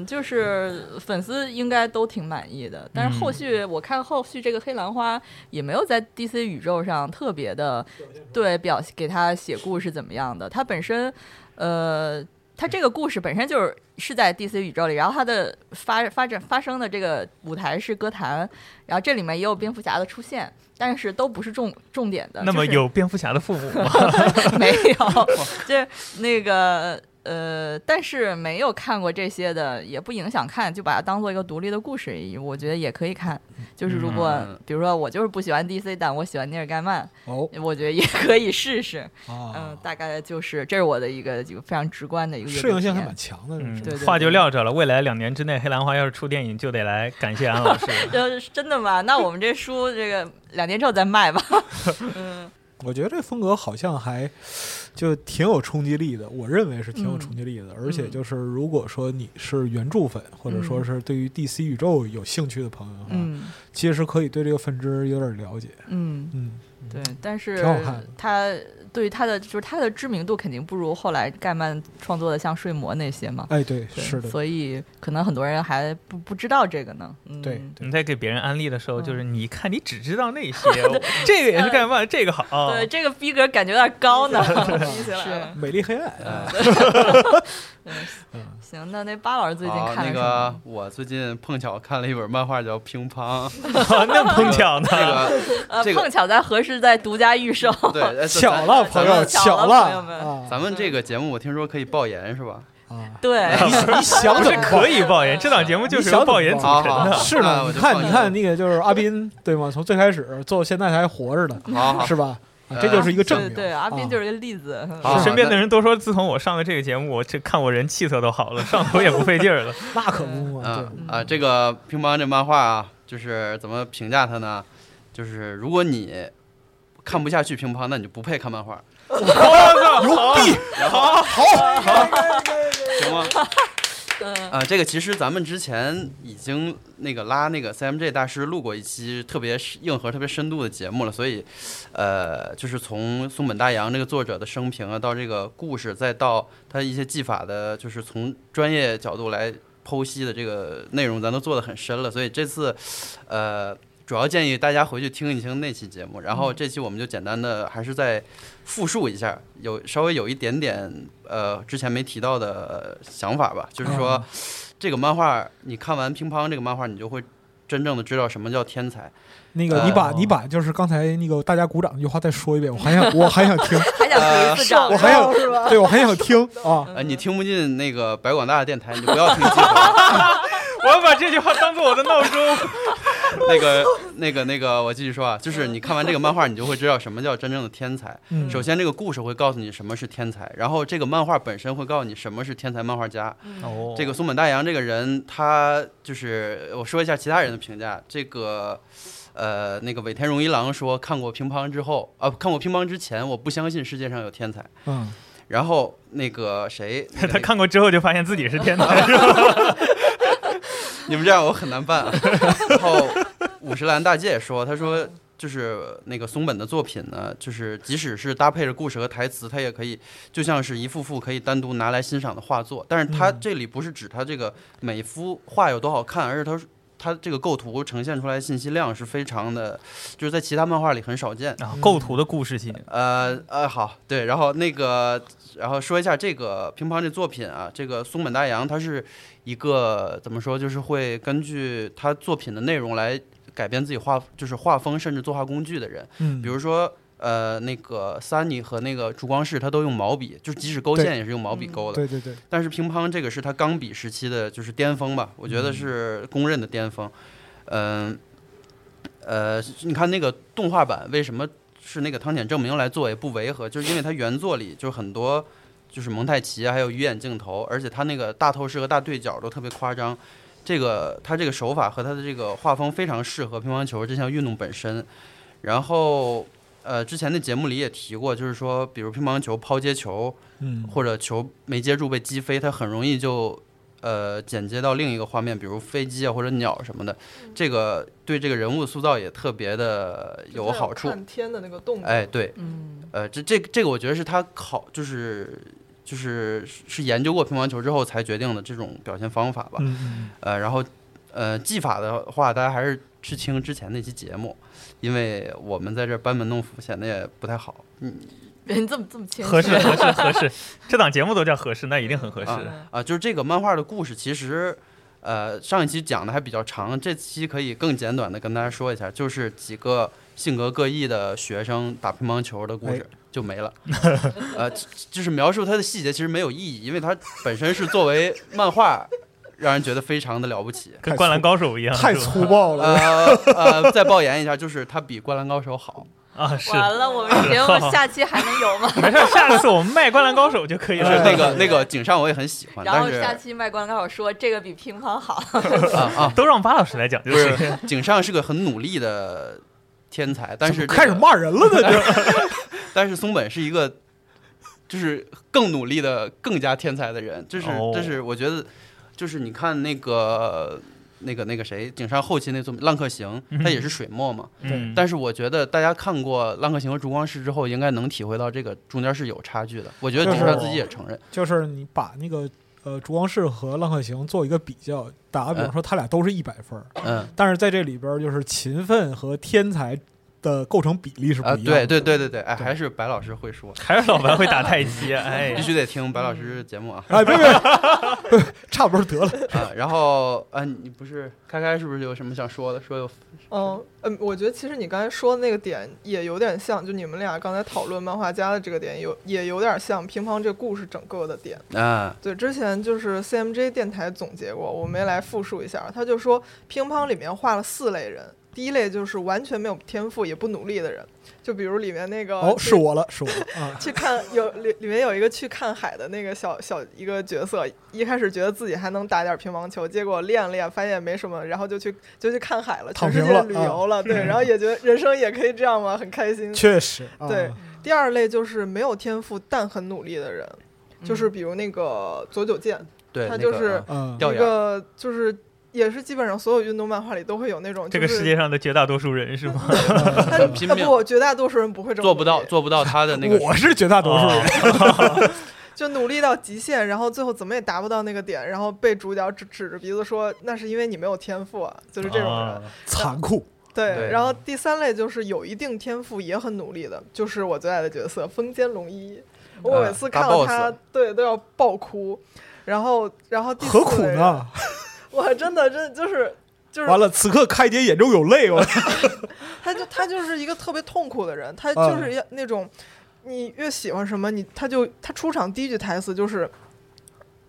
Speaker 2: 嗯，就是粉丝应该都挺满意的，但
Speaker 3: 嗯
Speaker 2: 是后续、我看后续这个黑兰花也没有在 DC 宇宙上特别的对表给他写故事怎么样的，他本身呃，他这个故事本身就是是在 DC 宇宙里，然后他的发发展发生的这个舞台是歌坛，然后这里面也有蝙蝠侠的出现，但是都不是重重点的。
Speaker 3: 那么
Speaker 2: 就是
Speaker 3: 有蝙蝠侠的父母吗？
Speaker 2: 没有，这那个呃，但是没有看过这些的，也不影响看，就把它当做一个独立的故事，我觉得也可以看。就是如果、
Speaker 6: 嗯
Speaker 2: 比如说我就是不喜欢 DC，但我喜欢尼尔盖曼，
Speaker 4: 哦
Speaker 2: 我觉得也可以试试。嗯、
Speaker 4: 啊，
Speaker 2: 大概就是这是我的一个一个非常直观的一个阅
Speaker 4: 适
Speaker 2: 读
Speaker 4: 应性
Speaker 2: 体
Speaker 4: 还
Speaker 2: 验
Speaker 4: 蛮强的，
Speaker 3: 嗯
Speaker 4: 这
Speaker 2: 对对，对
Speaker 3: 话就撂这了。未来两年之内，黑兰花要是出电影，就得来感谢安老师。
Speaker 2: 呃就是真的吗？那我们这书这个两年之后再卖吧。嗯，
Speaker 4: 我觉得这风格好像还就挺有冲击力的，我认为是挺有冲击力的。
Speaker 2: 嗯
Speaker 4: 而且就是，如果说你是原著粉，或者说是对于 DC 宇宙有兴趣的朋友的话，
Speaker 2: 嗯
Speaker 4: 其实可以对这个分支有点了解。
Speaker 2: 嗯，
Speaker 4: 嗯，
Speaker 2: 对，但是
Speaker 4: 挺好看的
Speaker 2: 他对于他的就是他的知名度肯定不如后来盖曼创作的像《睡魔》那些嘛。
Speaker 4: 哎，对，
Speaker 2: 对
Speaker 4: 是的，
Speaker 2: 所以可能很多人还不不知道这个呢。嗯、
Speaker 4: 对对
Speaker 3: 你在给别人安利的时候，就是你看，你只知道那些，这个也是干嘛？这个好，
Speaker 6: 哦
Speaker 2: 对，这个逼格感觉有点高 呢。
Speaker 5: 起来了
Speaker 2: 是，
Speaker 4: 美丽黑
Speaker 2: 嗯
Speaker 4: 暗，
Speaker 6: 呃
Speaker 2: 行，那那巴老师最近
Speaker 6: 好
Speaker 2: 看了
Speaker 6: 哦那
Speaker 2: 什
Speaker 6: 个
Speaker 2: 么？，
Speaker 6: 我最近碰巧看了一本漫画叫《乒乓》，
Speaker 3: 那碰巧呢
Speaker 6: 这？个
Speaker 2: 呃，
Speaker 6: 这个
Speaker 2: 碰巧在合适在独家预售。
Speaker 6: 对，呃
Speaker 4: 巧
Speaker 6: 咱
Speaker 4: 了，朋友，
Speaker 6: 咱
Speaker 4: 巧
Speaker 2: 了朋友们
Speaker 4: 啊
Speaker 6: 咱们这个节目我听说可以爆言是吧？
Speaker 4: 啊！
Speaker 2: 对，
Speaker 6: 哦
Speaker 4: 你想
Speaker 3: 不
Speaker 4: 怎
Speaker 3: 是
Speaker 4: 么
Speaker 3: 可以爆言，这档节目就是由爆言组成
Speaker 6: 好
Speaker 3: 的
Speaker 6: 好。
Speaker 4: 是
Speaker 6: 那
Speaker 4: 的，
Speaker 6: 我
Speaker 4: 你
Speaker 6: 就
Speaker 4: 看，
Speaker 6: 放
Speaker 4: 你
Speaker 6: 下
Speaker 4: 看那个就是阿斌，对吗？从最开始做，现在还活着呢，
Speaker 6: 好好
Speaker 4: 是吧？啊
Speaker 6: 呃
Speaker 4: 这就是一个证
Speaker 2: 对
Speaker 4: 明。
Speaker 2: 对，阿斌
Speaker 4: 啊
Speaker 2: 就是一个例子。
Speaker 6: 好，
Speaker 3: 身边
Speaker 6: 那
Speaker 3: 的人都说，自从我上了这个节目，我这看我人气色都好了，上头也不费劲儿 了。
Speaker 4: 那可不嘛
Speaker 6: 啊，啊，这个乒乓这漫画啊，就是怎么评价它呢？就是如果你看不下去乒乓，那你就不配看漫画，
Speaker 3: 牛逼！
Speaker 6: 行吗？
Speaker 2: 嗯
Speaker 6: 啊，这个其实咱们之前已经那个拉那个 CMJ 大师录过一期特别硬核、特别深度的节目了，所以，呃，就是从松本大洋这个作者的生平啊，到这个故事，再到他一些技法的，就是从专业角度来剖析的这个内容，咱都做得很深了。所以这次，呃，主要建议大家回去听一听那期节目，然后这期我们就简单的还是再复述一下，有稍微有一点点呃之前没提到的呃想法吧，就是说。这个漫画，你看完《乒乓》这个漫画，你就会真正的知道什么叫天才。
Speaker 4: 那个，你把
Speaker 3: 哦
Speaker 4: 你把就是刚才那个大家鼓掌那句话再说一遍，我还想我还想听，
Speaker 2: 还想鼓一次掌
Speaker 4: 我还想对我还想听啊！
Speaker 6: 呃，你听不进那个白广大的电台，你就不要听集合。
Speaker 3: 我要把这句话当做我的闹钟。
Speaker 6: 那个、那个、那个，我继续说啊，就是你看完这个漫画，你就会知道什么叫真正的天才。
Speaker 4: 嗯
Speaker 6: 首先，这个故事会告诉你什么是天才，然后这个漫画本身会告诉你什么是天才漫画家。
Speaker 3: 哦
Speaker 6: 这个松本大洋这个人，他就是我说一下其他人的评价。这个，呃，那个尾田荣一郎说，看过乒乓之后，啊，看过乒乓之前，我不相信世界上有天才。
Speaker 4: 嗯，
Speaker 6: 然后那个 谁，那个
Speaker 3: 他看过之后就发现自己是 天才，是吧？
Speaker 6: 你们这样我很难办、啊。然后五十岚大介说，他 说就是那个松本的作品呢，就是即使是搭配着故事和台词，它也可以就像是一幅幅可以单独拿来欣赏的画作。但是他
Speaker 4: 嗯
Speaker 6: 这里不是指他这个每幅画有多好看，而是他它这个构图呈现出来的信息量是非常的，就是在其他漫画里很少见。
Speaker 3: 啊，构图的故事性，
Speaker 6: 呃呃，好，对，然后那个，然后说一下这个乒乓这作品啊，这个松本大洋他是一个怎么说，就是会根据他作品的内容来改变自己画，就是画风甚至作画工具的人。
Speaker 4: 嗯，
Speaker 6: 比如说，呃，那个 Sunny 和那个烛光室，他都用毛笔，就是即使勾线
Speaker 4: 对
Speaker 6: 也是用毛笔
Speaker 5: 嗯
Speaker 6: 勾的。
Speaker 4: 对对对，
Speaker 6: 但是乒乓这个是他钢笔时期的就是巅峰吧，我觉得是公认的巅峰。嗯，呃，你看那个动画版为什么是那个汤浅证明来做也不违和，就是因为他原作里就很多就是蒙太奇啊还有鱼眼镜头，而且他那个大透视和大对角都特别夸张。这个他这个手法和他的这个画风非常适合乒乓球这项运动本身。然后，呃，之前的节目里也提过，就是说，比如乒乓球抛接球，
Speaker 4: 嗯，
Speaker 6: 或者球没接住被击飞，它很容易就呃剪接到另一个画面，比如飞机啊或者鸟什么的。这个对这个人物塑造也特别的有好处。
Speaker 5: 看天的那个动作，
Speaker 6: 哎，，对，
Speaker 2: 嗯，
Speaker 6: 呃，这这个这个我觉得是他考就是就是是研究过乒乓球之后才决定的这种表现方法吧。
Speaker 4: 嗯嗯
Speaker 6: 呃，然后呃技法的话，大家还是去听之前那期节目，因为我们在这儿班门弄斧显得也不太好。嗯，
Speaker 2: 哎你这么这么谦虚，
Speaker 3: 合适合适合适，这档节目都叫合适，那一定很合适。
Speaker 6: 啊啊，就是这个漫画的故事，其实呃上一期讲的还比较长，这期可以更简短的跟大家说一下，就是几个性格各异的学生打乒乓球的故事。就没了， 呃，就就是描述它的细节其实没有意义，因为它本身是作为漫画，让人觉得非常的了不起。
Speaker 3: 跟《灌篮高手》一样，
Speaker 4: 嗯，太
Speaker 3: 是吧
Speaker 4: 粗暴了，
Speaker 6: 呃呃，再爆言一下，就是它比《灌篮高手》好。
Speaker 3: 啊！是，
Speaker 2: 完了，我们节目下期还能 有吗？
Speaker 6: 啊
Speaker 3: 没事，下次我们卖《灌篮高手》就可以
Speaker 6: 就
Speaker 3: 了。
Speaker 6: 是那个那个井上我也很喜欢，
Speaker 2: 然
Speaker 6: 但
Speaker 2: 后
Speaker 6: 是
Speaker 2: 下期卖关刚好说这个比乒乓好，
Speaker 6: 啊啊，
Speaker 3: 都让巴老师来讲就
Speaker 6: 不
Speaker 3: 行。
Speaker 6: 是井上是个很努力的天才，但是这
Speaker 4: 开始
Speaker 6: 个
Speaker 4: 骂人了呢，就
Speaker 6: 但是松本是一个，就是更努力的、更加天才的人，这是
Speaker 3: 哦
Speaker 6: 这是我觉得，就是你看那个那个那个谁，井上后期那作品《浪客行》，他也是水墨嘛。
Speaker 3: 嗯，
Speaker 6: 但是我觉觉得大家看过《浪客行》和《烛光室》之后，应该能体会到这个中间是有差距的。我觉得井上自己也承认，
Speaker 4: 就是你把那个呃《烛光室》和《浪客行》做一个比较，打个比方说，他俩都是一百分儿，
Speaker 6: 嗯
Speaker 4: 但是在这里边儿就是勤奋和天才的构成比例是不
Speaker 6: 啊，
Speaker 4: 一样的。
Speaker 6: 对对对对对，哎，
Speaker 4: 对
Speaker 6: 还是白老师会说，
Speaker 3: 还是老白会打太极，哎
Speaker 6: 必，须得听白老师节目啊
Speaker 4: 哎，别别，别 差不多得了。
Speaker 6: 啊。然后啊，你不是开开是不是有什么想说的？说有
Speaker 5: 嗯嗯，我觉得其实你刚才说的那个点也有点像，就你们俩刚才讨论漫画家的这个点有也有点像乒乓这故事整个的点。
Speaker 6: 啊，
Speaker 5: 对，之前就是 CMJ 电台总结过，我们来复述一下。他就说，乒乓里面画了四类人，第一类就是完全没有天赋也不努力的人，就比如里面那个
Speaker 4: 哦，
Speaker 5: 去
Speaker 4: 是我了，是我了啊！
Speaker 5: 去看有里里面有一个去看海的那个小小一个角色，一开始觉得自己还能打点乒乓球，结果练了练发现没什么，然后就去就去看海了，
Speaker 4: 躺
Speaker 5: 全世
Speaker 4: 平
Speaker 5: 界
Speaker 4: 了
Speaker 5: 旅
Speaker 4: 啊
Speaker 5: 游了，对，然后也觉得人生也可以这样嘛，很开心。
Speaker 4: 确实，啊
Speaker 5: 对，第二类就是没有天赋但很努力的人，就是比如那个佐久间，
Speaker 6: 对，
Speaker 5: 他
Speaker 6: 那
Speaker 5: 就
Speaker 6: 个
Speaker 5: 是
Speaker 6: 啊
Speaker 4: 嗯，
Speaker 6: 调
Speaker 5: 一
Speaker 6: 研
Speaker 5: 个就是也是基本上所有运动漫画里都会有那种，
Speaker 3: 这
Speaker 5: 就
Speaker 3: 个
Speaker 5: 是
Speaker 3: 世界上的绝大多数人是吗？
Speaker 5: 他
Speaker 6: 很拼
Speaker 5: 他
Speaker 6: 命
Speaker 5: 不，绝大多数人不会这么
Speaker 6: 做不
Speaker 5: 努力
Speaker 6: 到，做不到他的那个。
Speaker 4: 我是绝大多数
Speaker 3: 哦
Speaker 4: 人。
Speaker 5: 就努力到极限，然后最后怎么也达不到那个点，然后被主角指指着鼻子说那是因为你没有天赋啊，就是这种人。
Speaker 3: 啊
Speaker 4: 残酷，
Speaker 5: 对，
Speaker 6: 对
Speaker 5: 然后第三类就是有一定天赋也很努力的，就是我最爱的角色风间龙一，我
Speaker 4: 啊
Speaker 5: 每次
Speaker 6: 大
Speaker 5: 看到
Speaker 6: boss
Speaker 5: 他，对都要爆哭。然后，然后第四
Speaker 4: 何苦
Speaker 5: 类人？
Speaker 4: 呢？
Speaker 5: 我真的真的就是就是
Speaker 4: 完了，此刻开姐眼中有泪，哦我
Speaker 5: 他就他就是一个特别痛苦的人，他
Speaker 4: 嗯
Speaker 5: 就是要那种，你越喜欢什么，你他就他出场第一句台词就是。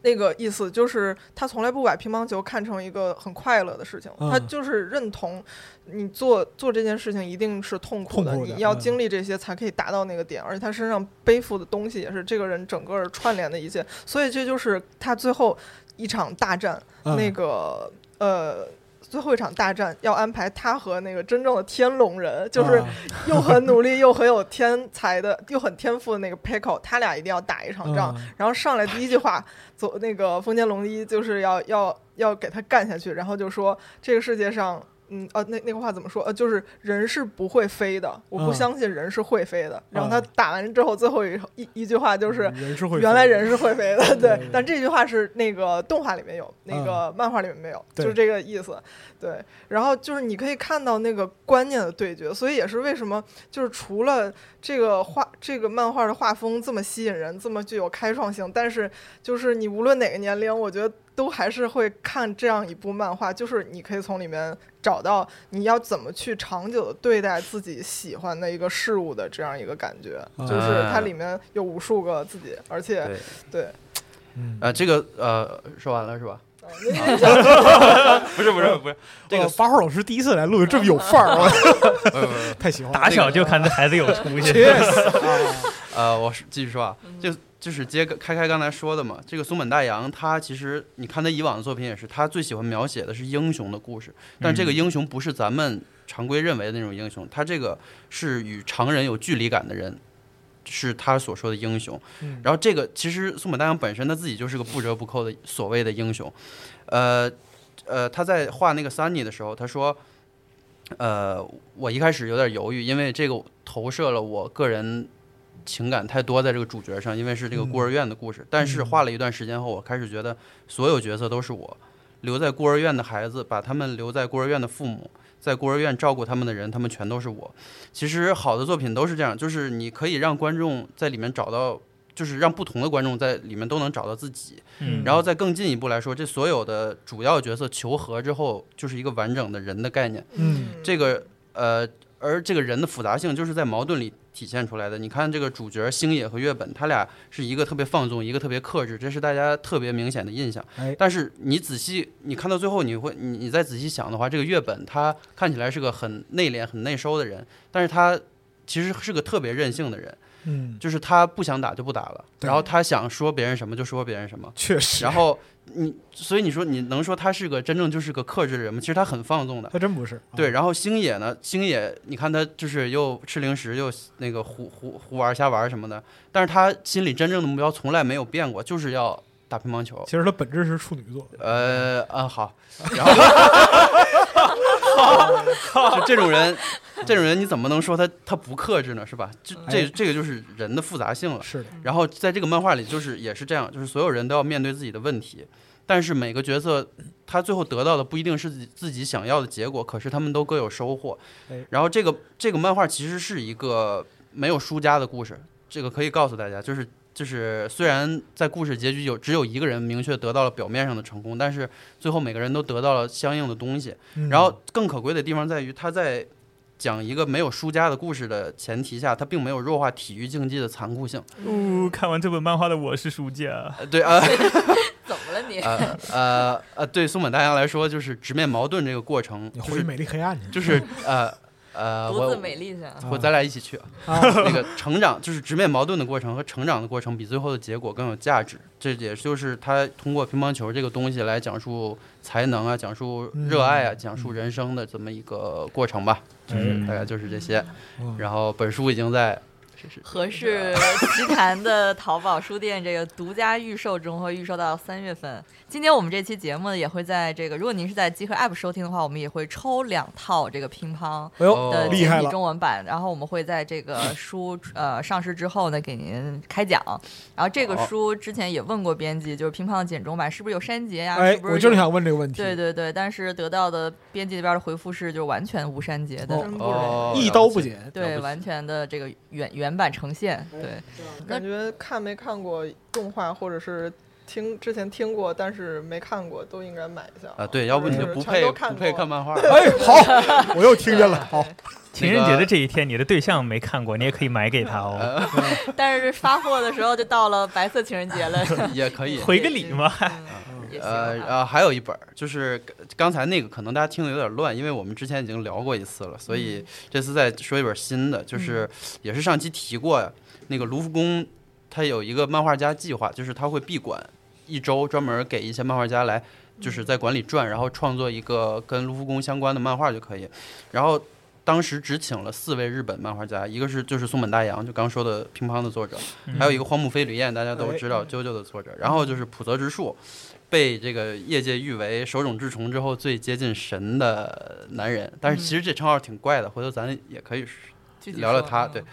Speaker 5: 那个意思就是，他从来不把乒乓球看成一个很快乐的事情，
Speaker 4: 嗯
Speaker 5: 他就是认同你做做这件事情一定是痛苦的，
Speaker 4: 痛苦的
Speaker 5: 你要
Speaker 4: 嗯
Speaker 5: 经历这些才可以达到那个点，而且他身上背负的东西也是这个人整个串联的一切，所以这就是他最后一场大战，
Speaker 4: 嗯
Speaker 5: 那个呃。最后一场大战要安排他和那个真正的天龙人，就是
Speaker 4: 啊
Speaker 5: 又很努力又很有天才的，又很天赋的那个 Pickle，他俩一定要打一场仗。
Speaker 4: 嗯
Speaker 5: 然后上来第一句话，走那个风间龙一就是要要要给他干下去，然后就说这个世界上嗯呃，那那个话怎么说？呃，就是人是不会飞的，我不
Speaker 4: 嗯
Speaker 5: 相信人是会飞的。然后他
Speaker 4: 嗯
Speaker 5: 打完之后，最后一一一句话就是
Speaker 4: 人是会飞
Speaker 5: 原来人是会飞的，对
Speaker 4: 对。
Speaker 5: 但这句话是那个动画里面有，那
Speaker 4: 嗯
Speaker 5: 个漫画里面没有，就
Speaker 4: 对
Speaker 5: 是这个意思。对，然后就是你可以看到那个观念的对决，所以也是为什么就是除了这个画这个漫画的画风这么吸引人，这么具有开创性，但是就是你无论哪个年龄，我觉得都还是会看这样一部漫画，就是你可以从里面找到你要怎么去长久的对待自己喜欢的一个事物的这样一个感觉，
Speaker 4: 嗯
Speaker 5: 就是它里面有无数个自己，而且
Speaker 6: 对，
Speaker 5: 对，
Speaker 4: 嗯
Speaker 6: 呃，这个呃，说完了是吧？
Speaker 5: 呃
Speaker 3: 不是不是不是，
Speaker 6: 这个
Speaker 4: 哇哦八号老师第一次来录的这么有范儿，啊我
Speaker 6: 不是不是
Speaker 4: 太喜欢了。
Speaker 3: 打小就看这孩子有出息。
Speaker 6: 呃，我是继续说啊，就就是接个开开刚才说的嘛，这个松本大洋他其实你看他以往的作品也是，他最喜欢描写的是英雄的故事，但这个英雄不是咱们常规认为的那种英雄，他这个是与常人有距离感的人。是他所说的英雄，
Speaker 4: 嗯
Speaker 6: 然后这个其实松本大洋本身他自己就是个不折不扣的所谓的英雄，呃，呃，他在画那个 Sunny 的时候，他说，呃，我一开始有点犹豫，因为这个投射了我个人情感太多在这个主角上，因为是这个孤儿院的故事。但是画了一段时间后，我开始觉得所有角色都是我留在孤儿院的孩子，把他们留在孤儿院的父母。在孤儿院照顾他们的人，他们全都是我。其实好的作品都是这样，就是你可以让观众在里面找到，就是让不同的观众在里面都能找到自己。
Speaker 3: 嗯，
Speaker 6: 然后再更进一步来说，这所有的主要角色求和之后，就是一个完整的人的概念。
Speaker 4: 嗯
Speaker 6: 这个呃，而这个人的复杂性就是在矛盾里体现出来的。你看这个主角星野和月本，他俩是一个特别放纵，一个特别克制，这是大家特别明显的印象。
Speaker 4: 哎
Speaker 6: 但是你仔细你看到最后，你会你你再仔细想的话，这个月本他看起来是个很内敛、很内收的人，但是他其实是个特别任性的人，
Speaker 4: 嗯，
Speaker 6: 就是他不想打就不打了，
Speaker 4: 对
Speaker 6: 然后他想说别人什么就说别人什么。
Speaker 4: 确实
Speaker 6: 然，后你，所以你说你能说他是个真正就是个克制的人吗？其实他很放纵的，
Speaker 4: 他真不是。啊
Speaker 6: 对，，然后星野呢，星野，你看他就是又吃零食，又那个胡胡胡玩瞎玩什么的，但是他心里真正的目标从来没有变过，就是要打乒乓球。
Speaker 4: 其实他本质是处女座。
Speaker 6: 呃啊好，然后就 这种人，这种人你怎么能说他他不克制呢？是吧？这这
Speaker 4: 哎
Speaker 6: 这个就是人的复杂性了。
Speaker 4: 是的，
Speaker 6: 然后在这个漫画里，就是也是这样，就是所有人都要面对自己的问题，但是每个角色他最后得到的不一定是自己自己想要的结果，可是他们都各有收获
Speaker 4: 哎。
Speaker 6: 然后这个这个漫画其实是一个没有输家的故事，这个可以告诉大家，就是就是虽然在故事结局有只有一个人明确得到了表面上的成功，但是最后每个人都得到了相应的东西。
Speaker 4: 嗯
Speaker 6: 然后更可贵的地方在于，他在讲一个没有输家的故事的前提下，他并没有弱化体育竞技的残酷性。
Speaker 3: 呜，看完这本漫画的我是书架，
Speaker 6: 呃对啊，
Speaker 2: 怎么了你？
Speaker 6: 呃呃呃，对松本大洋来说，就是直面矛盾这个过程，
Speaker 4: 你哦
Speaker 6: 就
Speaker 4: 回
Speaker 6: 是
Speaker 4: 美丽黑暗去。
Speaker 6: 就是 呃呃，
Speaker 2: 独自
Speaker 6: 我
Speaker 2: 美丽去啊。
Speaker 6: 我咱俩一起去，
Speaker 4: 啊，
Speaker 6: 那个成长就是直面矛盾的过程和成长的过程比最后的结果更有价值。这也就是他通过乒乓球这个东西来讲述才能啊，讲述热爱啊，
Speaker 4: 嗯哎
Speaker 6: 讲述人生的这么一个过程吧。
Speaker 3: 嗯
Speaker 6: 大概就是这些。
Speaker 4: 嗯
Speaker 6: 然后本书已经在
Speaker 2: 合适奇谈的淘宝书店这个独家预售中会预售到三月份。今天我们这期节目呢，也会在这个，如果您是在集合 App 收听的话，我们也会抽两套这个乒乓
Speaker 4: 哎呦，
Speaker 6: 哦
Speaker 2: 的
Speaker 4: 厉害
Speaker 2: 简体
Speaker 4: 了
Speaker 2: 中文版，然后我们会在这个 书呃上市之后呢，给您开奖。然后这个
Speaker 4: 哦
Speaker 6: 好
Speaker 2: 书之前也问过编辑，就是乒乓的简中版是不是有删节呀？
Speaker 4: 哎
Speaker 2: 是，不是
Speaker 4: 我就是
Speaker 2: 有
Speaker 4: 想问这个问题。
Speaker 2: 对对对，但是得到的编辑那边的回复是，就是完全无删节的，
Speaker 4: 哦
Speaker 5: 真不容
Speaker 6: 哦，
Speaker 4: 一刀不剪。
Speaker 2: 对，
Speaker 6: 了不起
Speaker 2: 完全的这个原原版呈现，对。
Speaker 5: 易，感觉看没看过动画，或者是听之前听过但是没看过，都应该买一下
Speaker 6: 啊，对，要不你就不配不配看
Speaker 5: 吧？
Speaker 6: 漫画。
Speaker 4: 哎，好，我又听见了。好，
Speaker 3: 情人节的这一天，你的对象没看过，你也可以买给他哦，
Speaker 6: 呃
Speaker 2: 但是发货的时候就到了白色情人节了，
Speaker 6: 也可以。
Speaker 3: 回个礼嘛。
Speaker 2: 嗯也行
Speaker 6: 呃
Speaker 2: 啊。
Speaker 6: 呃，还有一本儿，就是刚才那个，可能大家听的有点乱，因为我们之前已经聊过一次了，所以
Speaker 2: 嗯
Speaker 6: 这次再说一本新的，就是也是上期提过呀那个卢浮宫，它有一个漫画家计划，就是他会闭馆一周，专门给一些漫画家来，就是
Speaker 2: 嗯
Speaker 6: 在馆里转，然后创作一个跟卢浮宫相关的漫画就可以。然后当时只请了四位日本漫画家，一个是就是松本大洋，就刚说的
Speaker 2: 嗯哎
Speaker 6: 乒乓的作者，还有一个荒木飞吕彦，大家都知道啾啾的作者，然后就是浦泽直树，被这个业界誉为手冢治虫之后最接近神的男人。但是其实这称号挺怪的，回头咱也可以
Speaker 2: 嗯具体
Speaker 6: 聊聊
Speaker 2: 说
Speaker 6: 他。
Speaker 2: 嗯
Speaker 6: 对，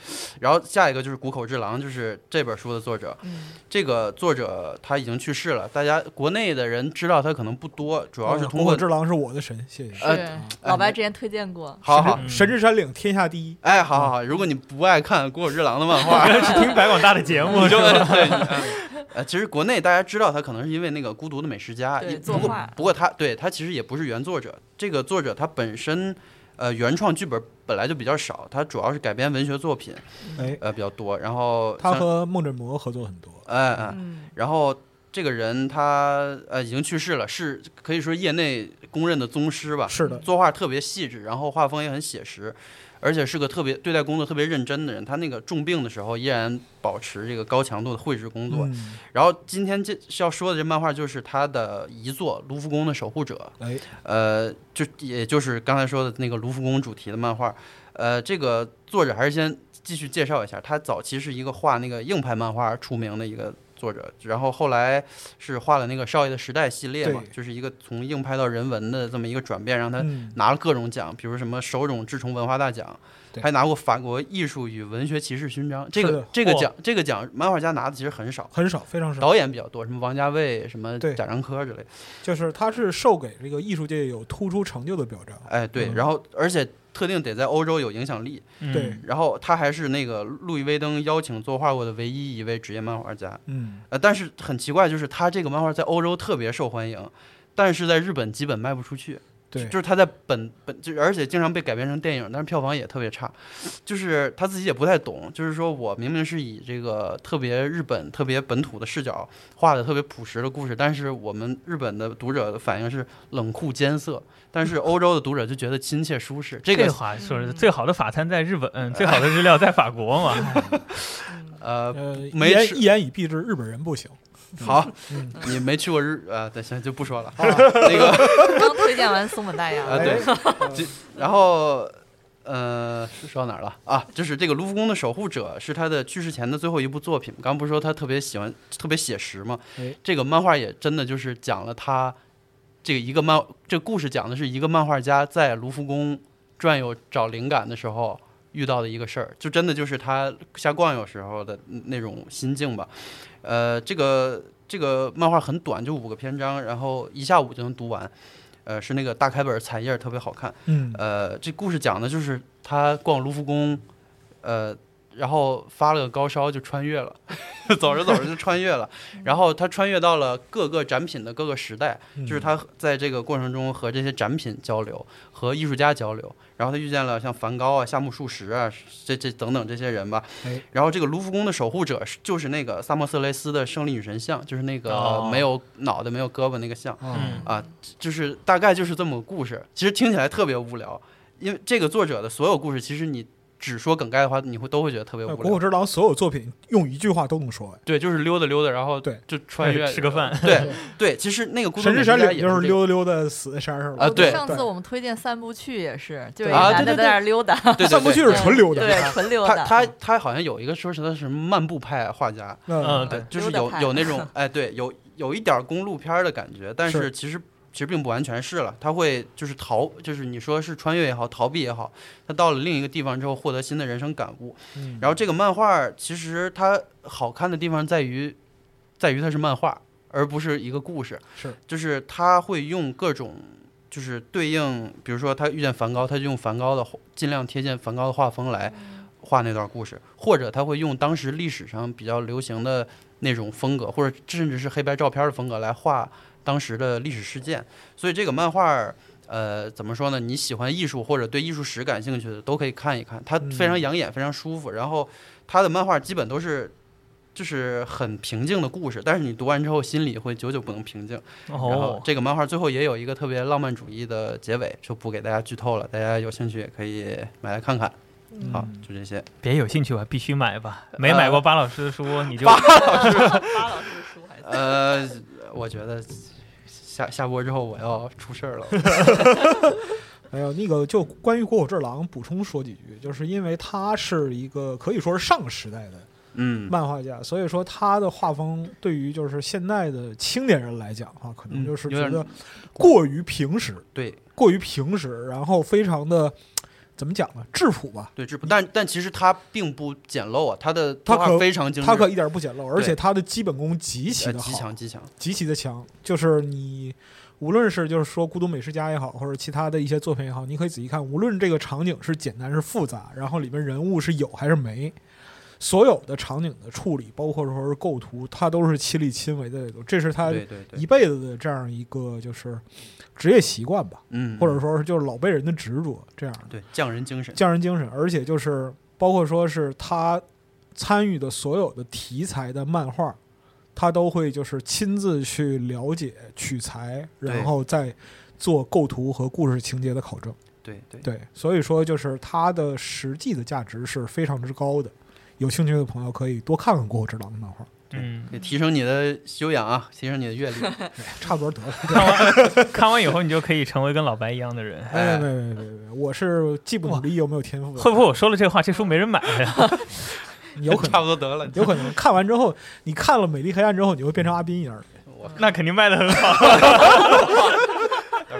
Speaker 6: 然后下一个就是谷口治郎，就是这本书的作者。
Speaker 2: 嗯
Speaker 6: 这个作者他已经去世了，大家国内的人知道他可能不多，主
Speaker 4: 哦
Speaker 6: 要是通过
Speaker 4: 嗯之狼是我的神，谢谢。
Speaker 6: 呃
Speaker 2: 是老白之前推荐过，
Speaker 6: 好好。
Speaker 3: 嗯
Speaker 4: 神之山岭天下第一，
Speaker 6: 哎，好好好！如果你不爱看谷口治郎的漫画，
Speaker 3: 是听白广大的节目
Speaker 6: 你
Speaker 3: 是
Speaker 6: 就
Speaker 3: 吧？
Speaker 6: 对，你呃，其实国内大家知道他可能是因为那个《孤独的美食家》
Speaker 2: 对
Speaker 6: 一，
Speaker 2: 作
Speaker 6: 不过
Speaker 2: 画
Speaker 6: 不过他对他其实也不是原作者，这个作者他本身呃原创剧本本来就比较少，他主要是改编文学作品
Speaker 4: 哎，
Speaker 6: 呃比较多，然后
Speaker 4: 他
Speaker 6: 像
Speaker 4: 和梦枕魔合作很多。
Speaker 6: 哎哎，
Speaker 2: 嗯，
Speaker 6: 然后这个人他呃已经去世了，是可以说业内公认的宗师吧，
Speaker 4: 是的，
Speaker 6: 作画特别细致，然后画风也很写实，而且是个特别对待工作特别认真的人。他那个重病的时候依然保持这个高强度的绘制工作。
Speaker 4: 嗯，
Speaker 6: 然后今天这是要说的这漫画就是他的遗作《卢浮宫的守护者》，
Speaker 4: 哎，
Speaker 6: 呃，就也就是刚才说的那个卢浮宫主题的漫画。呃，这个作者还是先继续介绍一下，他早期是一个画那个硬派漫画出名的一个作者，然后后来是画了那个《少爷的时代》系列嘛
Speaker 4: 对，
Speaker 6: 就是一个从硬派到人文的这么一个转变，让他
Speaker 4: 嗯，
Speaker 6: 拿了各种奖，比如什么手冢治虫文化大奖，
Speaker 4: 对
Speaker 6: 还拿过法国艺术与文学骑士勋章。这
Speaker 4: 是
Speaker 6: 个
Speaker 4: 的哦
Speaker 6: 这个
Speaker 3: 嚯
Speaker 6: 奖这个奖，漫画家拿的其实很少，
Speaker 4: 很少，非常少。
Speaker 6: 导演比较多，什么王家卫、什么
Speaker 4: 对
Speaker 6: 贾樟柯之类的。
Speaker 4: 就是他是授给这个艺术界有突出成就的表彰。
Speaker 6: 哎，对，
Speaker 4: 嗯
Speaker 6: 然后而且特定得在欧洲有影响力。
Speaker 3: 嗯
Speaker 4: 对
Speaker 6: 然后他还是那个路易威登邀请作画过的唯一一位职业漫画家。
Speaker 4: 嗯，
Speaker 6: 呃，但是很奇怪，就是他这个漫画在欧洲特别受欢迎，但是在日本基本卖不出去。
Speaker 4: 对，
Speaker 6: 就是他在本本就而且经常被改编成电影，但是票房也特别差，就是他自己也不太懂，就是说我明明是以这个特别日本、特别本土的视角画的特别朴实的故事，但是我们日本的读者的反应是冷酷艰涩，但是欧洲的读者就觉得亲切舒适，这
Speaker 3: 这
Speaker 6: 个
Speaker 3: 话说是最好的法餐在日本，嗯最好的日料在法国嘛。
Speaker 6: 呃
Speaker 4: 呃，一
Speaker 6: 没
Speaker 4: 言
Speaker 6: 吃
Speaker 4: 一言以蔽之，日本人不行。
Speaker 6: 好
Speaker 4: 嗯，
Speaker 6: 你没去过日呃，对，行就不说了，
Speaker 4: 好吧
Speaker 6: 那个
Speaker 2: 嗯刚推荐完松本大
Speaker 6: 啊，
Speaker 2: 洋，
Speaker 6: 对
Speaker 4: 哎，
Speaker 6: 这然后，呃，是说到哪儿了啊？就是这个《卢浮宫的守护者》是他的去世前的最后一部作品。刚不是说他特别喜欢、特别写实吗？
Speaker 4: 哎
Speaker 6: 这个漫画也真的就是讲了他这个一个漫，这故事讲的是一个漫画家在卢浮宫转悠找灵感的时候遇到的一个事儿，就真的就是他瞎逛悠时候的那种心境吧。呃，这个这个漫画很短，就五个篇章，然后一下午就能读完。呃，是那个大开本彩页儿特别好看。
Speaker 4: 嗯，
Speaker 6: 呃，这故事讲的就是他逛卢浮宫，呃，然后发了个高烧就穿越了， 走着走着就穿越了，然后他穿越到了各个展品的各个时代，就是他在这个过程中和这些展品交流，和艺术家交流，然后他遇见了像梵高啊、夏目漱石啊，这这等等这些人吧
Speaker 4: 哎。
Speaker 6: 然后这个卢浮宫的守护者是就是那个萨默瑟雷斯的胜利女神像，就是那个
Speaker 3: 哦
Speaker 6: 没有脑袋、没有胳膊那个像。
Speaker 4: 嗯，
Speaker 6: 啊，就是大概就是这么个故事。其实听起来特别无聊，因为这个作者的所有故事，其实你只说梗概的话，你会都会觉得特别
Speaker 4: 呃
Speaker 6: 无
Speaker 4: 国口
Speaker 6: 聊。
Speaker 4: 之狼所有作品用一句话都能说哎完。
Speaker 6: 对，就是溜达溜达，然后
Speaker 4: 对
Speaker 6: 就穿越
Speaker 3: 吃个饭。
Speaker 6: 对对，其实那个孤独
Speaker 4: 神之
Speaker 6: 美食
Speaker 4: 山
Speaker 6: 家
Speaker 4: 岭
Speaker 6: 也
Speaker 4: 就是
Speaker 6: 这个
Speaker 4: 溜达溜达死在山上
Speaker 6: 啊
Speaker 4: 了。
Speaker 2: 我
Speaker 6: 对
Speaker 2: 上次
Speaker 4: 呃对
Speaker 2: 我们推荐三部曲也是，就是
Speaker 4: 啊
Speaker 2: 男
Speaker 4: 对对
Speaker 2: 的
Speaker 4: 对
Speaker 2: 在那儿溜达，
Speaker 6: 对对
Speaker 4: 散步
Speaker 6: 对
Speaker 4: 去是纯溜达。
Speaker 2: 对，纯溜
Speaker 6: 他
Speaker 2: 达。
Speaker 6: 他他好像有一个说是他是漫步派画家，
Speaker 3: 嗯，
Speaker 4: 嗯，
Speaker 3: 对，
Speaker 6: 就是
Speaker 2: 溜达
Speaker 6: 有
Speaker 2: 派
Speaker 6: 有那种哎，对，有有一点儿公路片儿的感觉，但是
Speaker 4: 是
Speaker 6: 其实其实并不完全是了。他会就是逃，就是你说是穿越也好，逃避也好，他到了另一个地方之后获得新的人生感悟。
Speaker 4: 嗯
Speaker 6: 然后这个漫画儿其实它好看的地方在于，在于它是漫画，而不是一个故事。
Speaker 4: 是，
Speaker 6: 就是它会用各种，就是对应，比如说他遇见梵高，他就用梵高的画尽量贴近梵高的画风来画那段故事，或者他会用当时历史上比较流行的那种风格，或者甚至是黑白照片的风格来画当时的历史事件。所以这个漫画儿。呃，怎么说呢？你喜欢艺术或者对艺术史感兴趣的，都可以看一看。它非常
Speaker 4: 嗯
Speaker 6: 养眼，非常舒服。然后他的漫画基本都是就是很平静的故事，但是你读完之后心里会久久不能平静。然后
Speaker 3: 哦，
Speaker 6: 这个漫画最后也有一个特别浪漫主义的结尾，就不给大家剧透了，大家有兴趣也可以买来看看。好，就这些。
Speaker 3: 别有兴趣吧，必须买吧。没买过巴老师的书，你就
Speaker 2: 巴老师的书还在。
Speaker 6: 呃，我觉得下下播之后我要出事儿了。
Speaker 4: 还有那个就关于国口之狼补充说几句，就是因为他是一个可以说是上个时代的
Speaker 6: 嗯
Speaker 4: 漫画家，所以说他的画风对于就是现代的青年人来讲啊，可能
Speaker 6: 嗯
Speaker 4: 就是
Speaker 6: 有
Speaker 4: 觉
Speaker 6: 点
Speaker 4: 得过于平实，
Speaker 6: 对
Speaker 4: 过于平实，然后非常的怎么讲呢？质朴吧，
Speaker 6: 对，质朴，但但其实他并不简陋啊，他的
Speaker 4: 他
Speaker 6: 动
Speaker 4: 嗯
Speaker 6: 画
Speaker 4: 可
Speaker 6: 非常精致，
Speaker 4: 他可一点不简陋，而
Speaker 6: 对
Speaker 4: 且他的基本功极其
Speaker 6: 呃
Speaker 4: 的
Speaker 6: 极
Speaker 4: 好，
Speaker 6: 强极强，
Speaker 4: 极其的强。就是你无论是就是说《孤独美食家》也好，或者其他的一些作品也好，你可以仔细看，无论这个场景是简单是复杂，然后里面人物是有还是没，所有的场景的处理，包括说是构图，他都是亲力亲为的，这是他
Speaker 6: 对对对
Speaker 4: 一，辈子的这样一个就是职业习惯吧，
Speaker 6: 嗯，
Speaker 4: 或者说是就是老辈人的执着这样的。
Speaker 6: 对匠人精神，
Speaker 4: 匠人精神，而且就是包括说是他参与的所有的题材的漫画，他都会就是亲自去了解取材，
Speaker 6: 对
Speaker 4: 然后再做构图和故事情节的考证。
Speaker 6: 对对
Speaker 4: 对，所以说就是它的实际的价值是非常之高的。有兴趣的朋友可以多看看《过后之狼》的漫画，
Speaker 3: 嗯，
Speaker 6: 得提升你的修养啊，提升你的阅历。
Speaker 4: 差不多得了。
Speaker 3: 看完看完以后，你就可以成为跟老白一样的人。
Speaker 4: 哎，没没没没，我是既不努力又没有天赋的，
Speaker 3: 会不会我说了这话，这书没人买呀？
Speaker 4: 有可
Speaker 6: 差
Speaker 4: 能
Speaker 6: 不多得了，
Speaker 4: 有可能看完之后，你看了《美丽黑暗》之后，你会变成阿斌一样的人
Speaker 6: 我
Speaker 3: 那肯定卖的很好。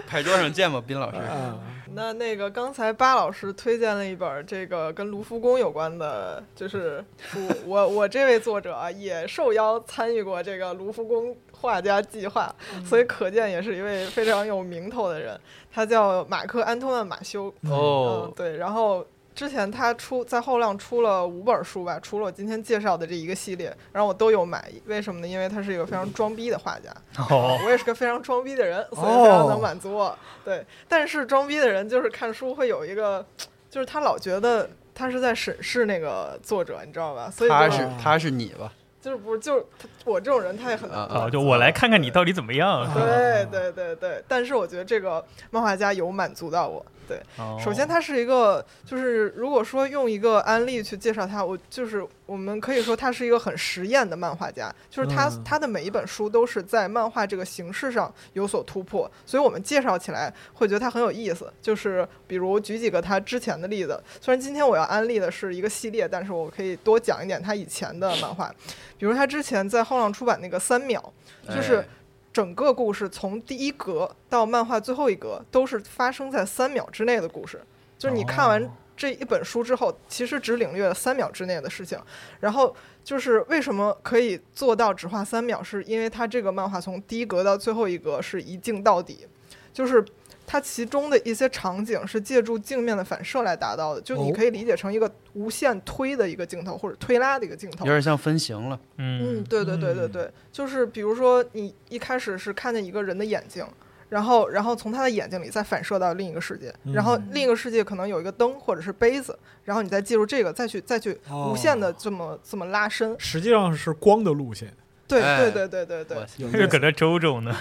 Speaker 6: 牌桌上见吧，斌老师。
Speaker 4: 啊。
Speaker 5: 那那个刚才巴老师推荐了一本这个跟卢浮宫有关的，就是书。我我这位作者啊，也受邀参与过这个卢浮宫画家计划，所以可见也是一位非常有名头的人。他叫马克·安托万·马修。嗯
Speaker 6: 哦，，
Speaker 5: 对，然后。之前他出在后浪出了五本书吧，除了我今天介绍的这一个系列，然后我都有买。为什么呢？因为他是一个非常装逼的画家，
Speaker 3: 哦，
Speaker 5: 我也是个非常装逼的人，所以非
Speaker 6: 哦
Speaker 5: 常能满足我。对，但是装逼的人就是看书会有一个，就是他老觉得他是在审视那个作者，你知道吧？所以
Speaker 6: 他
Speaker 5: 就是
Speaker 6: 他是你吧？
Speaker 5: 就是不是就是他我这种人，他也很难
Speaker 6: 啊
Speaker 5: 满足。
Speaker 3: 哦，就我来看看你到底怎么样。
Speaker 5: 对对对对，但是我觉得这个漫画家有满足到我。对，
Speaker 3: 哦
Speaker 5: 首先，它是一个，就是如果说用一个案例去介绍它，我就是我们可以说它是一个很实验的漫画家，就是他
Speaker 4: 嗯
Speaker 5: 他的每一本书都是在漫画这个形式上有所突破，所以我们介绍起来会觉得它很有意思。就是比如举几个他之前的例子，虽然今天我要安利的是一个系列，但是我可以多讲一点他以前的漫画，比如他之前在后浪出版那个《三秒》，就是
Speaker 6: 哎
Speaker 5: 整个故事从第一格到漫画最后一格都是发生在三秒之内的故事，就是你看完这一本书之后，其实只领略了三秒之内的事情。然后就是为什么可以做到只画三秒，是因为它这个漫画从第一格到最后一格是一镜到底，就是。它其中的一些场景是借助镜面的反射来达到的，就你
Speaker 4: 哦
Speaker 5: 可以理解成一个无限推的一个镜头，或者推拉的一个镜头
Speaker 6: 有。点像分形了。
Speaker 3: 嗯
Speaker 5: 嗯，对对对对对，就是比如说你一开始是看见一个人的眼睛，然后然后从他的眼睛里再反射到另一个世界，然后另一个世界可能有一个灯或者是杯子，然后你再借助这个再去再去无限的这么、这么拉伸。
Speaker 4: 实际上是光的路线。
Speaker 5: 对
Speaker 6: 哎
Speaker 5: 对对对对对
Speaker 6: 哇。塞
Speaker 4: 有
Speaker 3: 就搁这周周呢。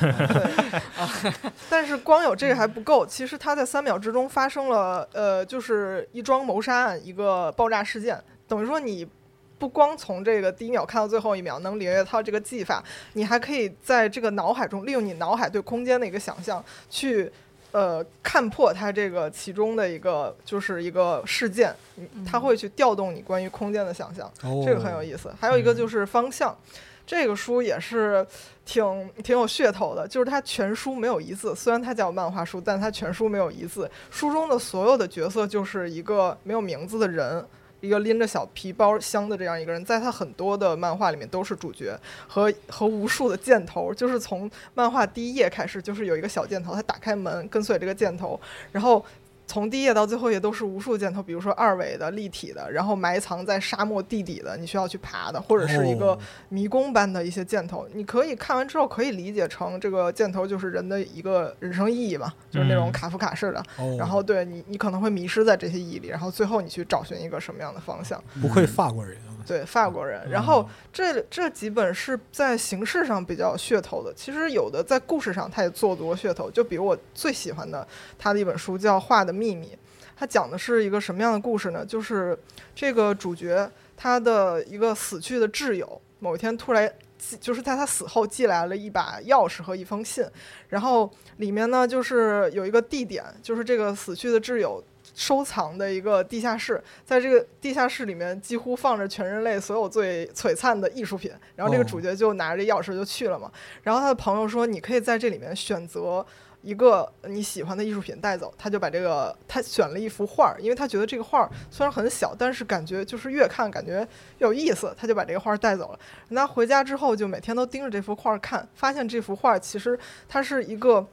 Speaker 5: 但是光有这个还不够，其实他在三秒之中发生了呃，就是一桩谋杀案，一个爆炸事件，等于说你。不光从这个第一秒看到最后一秒能领略到这个技法，你还可以在这个脑海中利用你脑海对空间的一个想象去，呃，看破它这个其中的一个就是一个事件，你它会去调动你关于空间的想象。
Speaker 4: 哦
Speaker 5: 这个很有
Speaker 4: 思。
Speaker 5: 意思。还有一个就是方向，这个书也是挺挺有噱头的，就是它全书没有一字，虽然它叫漫画书，但它全书没有一字。书中的所有的角色就是一个没有名字的人。一个拎着小皮包箱的这样一个人，在他很多的漫画里面都是主角和和无数的箭头，就是从漫画第一页开始，就是有一个小箭头，他打开门跟随这个箭头，然后从第一页到最后一页都是无数箭头，比如说二维的、立体的，然后埋藏在沙漠地底的，你需要去爬的，或者是一个
Speaker 4: 哦
Speaker 5: 迷宫般的一些箭头。你可以看完之后可以理解成这个箭头就是人的一个人生意义嘛，就是那种
Speaker 3: 嗯
Speaker 5: 卡夫卡式的。
Speaker 4: 哦
Speaker 5: 然后对你，你可能会迷失在这些意义里，然后最后你去找寻一个什么样的方向。
Speaker 4: 不愧法国人啊，
Speaker 5: 对，法国人。然后这这几本是在形式上比较有噱头的，其实有的在故事上他也做足了噱头。就比如我最喜欢的他的一本书叫《画的秘密》，它讲的是一个什么样的故事呢？就是这个主角他的一个死去的挚友，某一天突然寄。就是在他死后寄来了一把钥匙和一封信，然后里面呢就是有一个地点，就是这个死去的挚友收藏的一个地下室，在这个地下室里面几乎放着全人类所有最璀璨的艺术品。然后这个
Speaker 4: 哦
Speaker 5: 主角就拿着钥匙就去了嘛。然后他的朋友说，你可以在这里面选择。一个你喜欢的艺术品带走，他就把这个他选了一幅画儿，因为他觉得这个画儿虽然很小，但是感觉就是越看感觉越有意思，他就把这个画儿带走了。那回家之后就每天都盯着这幅画儿看，发现这幅画儿其实它是一个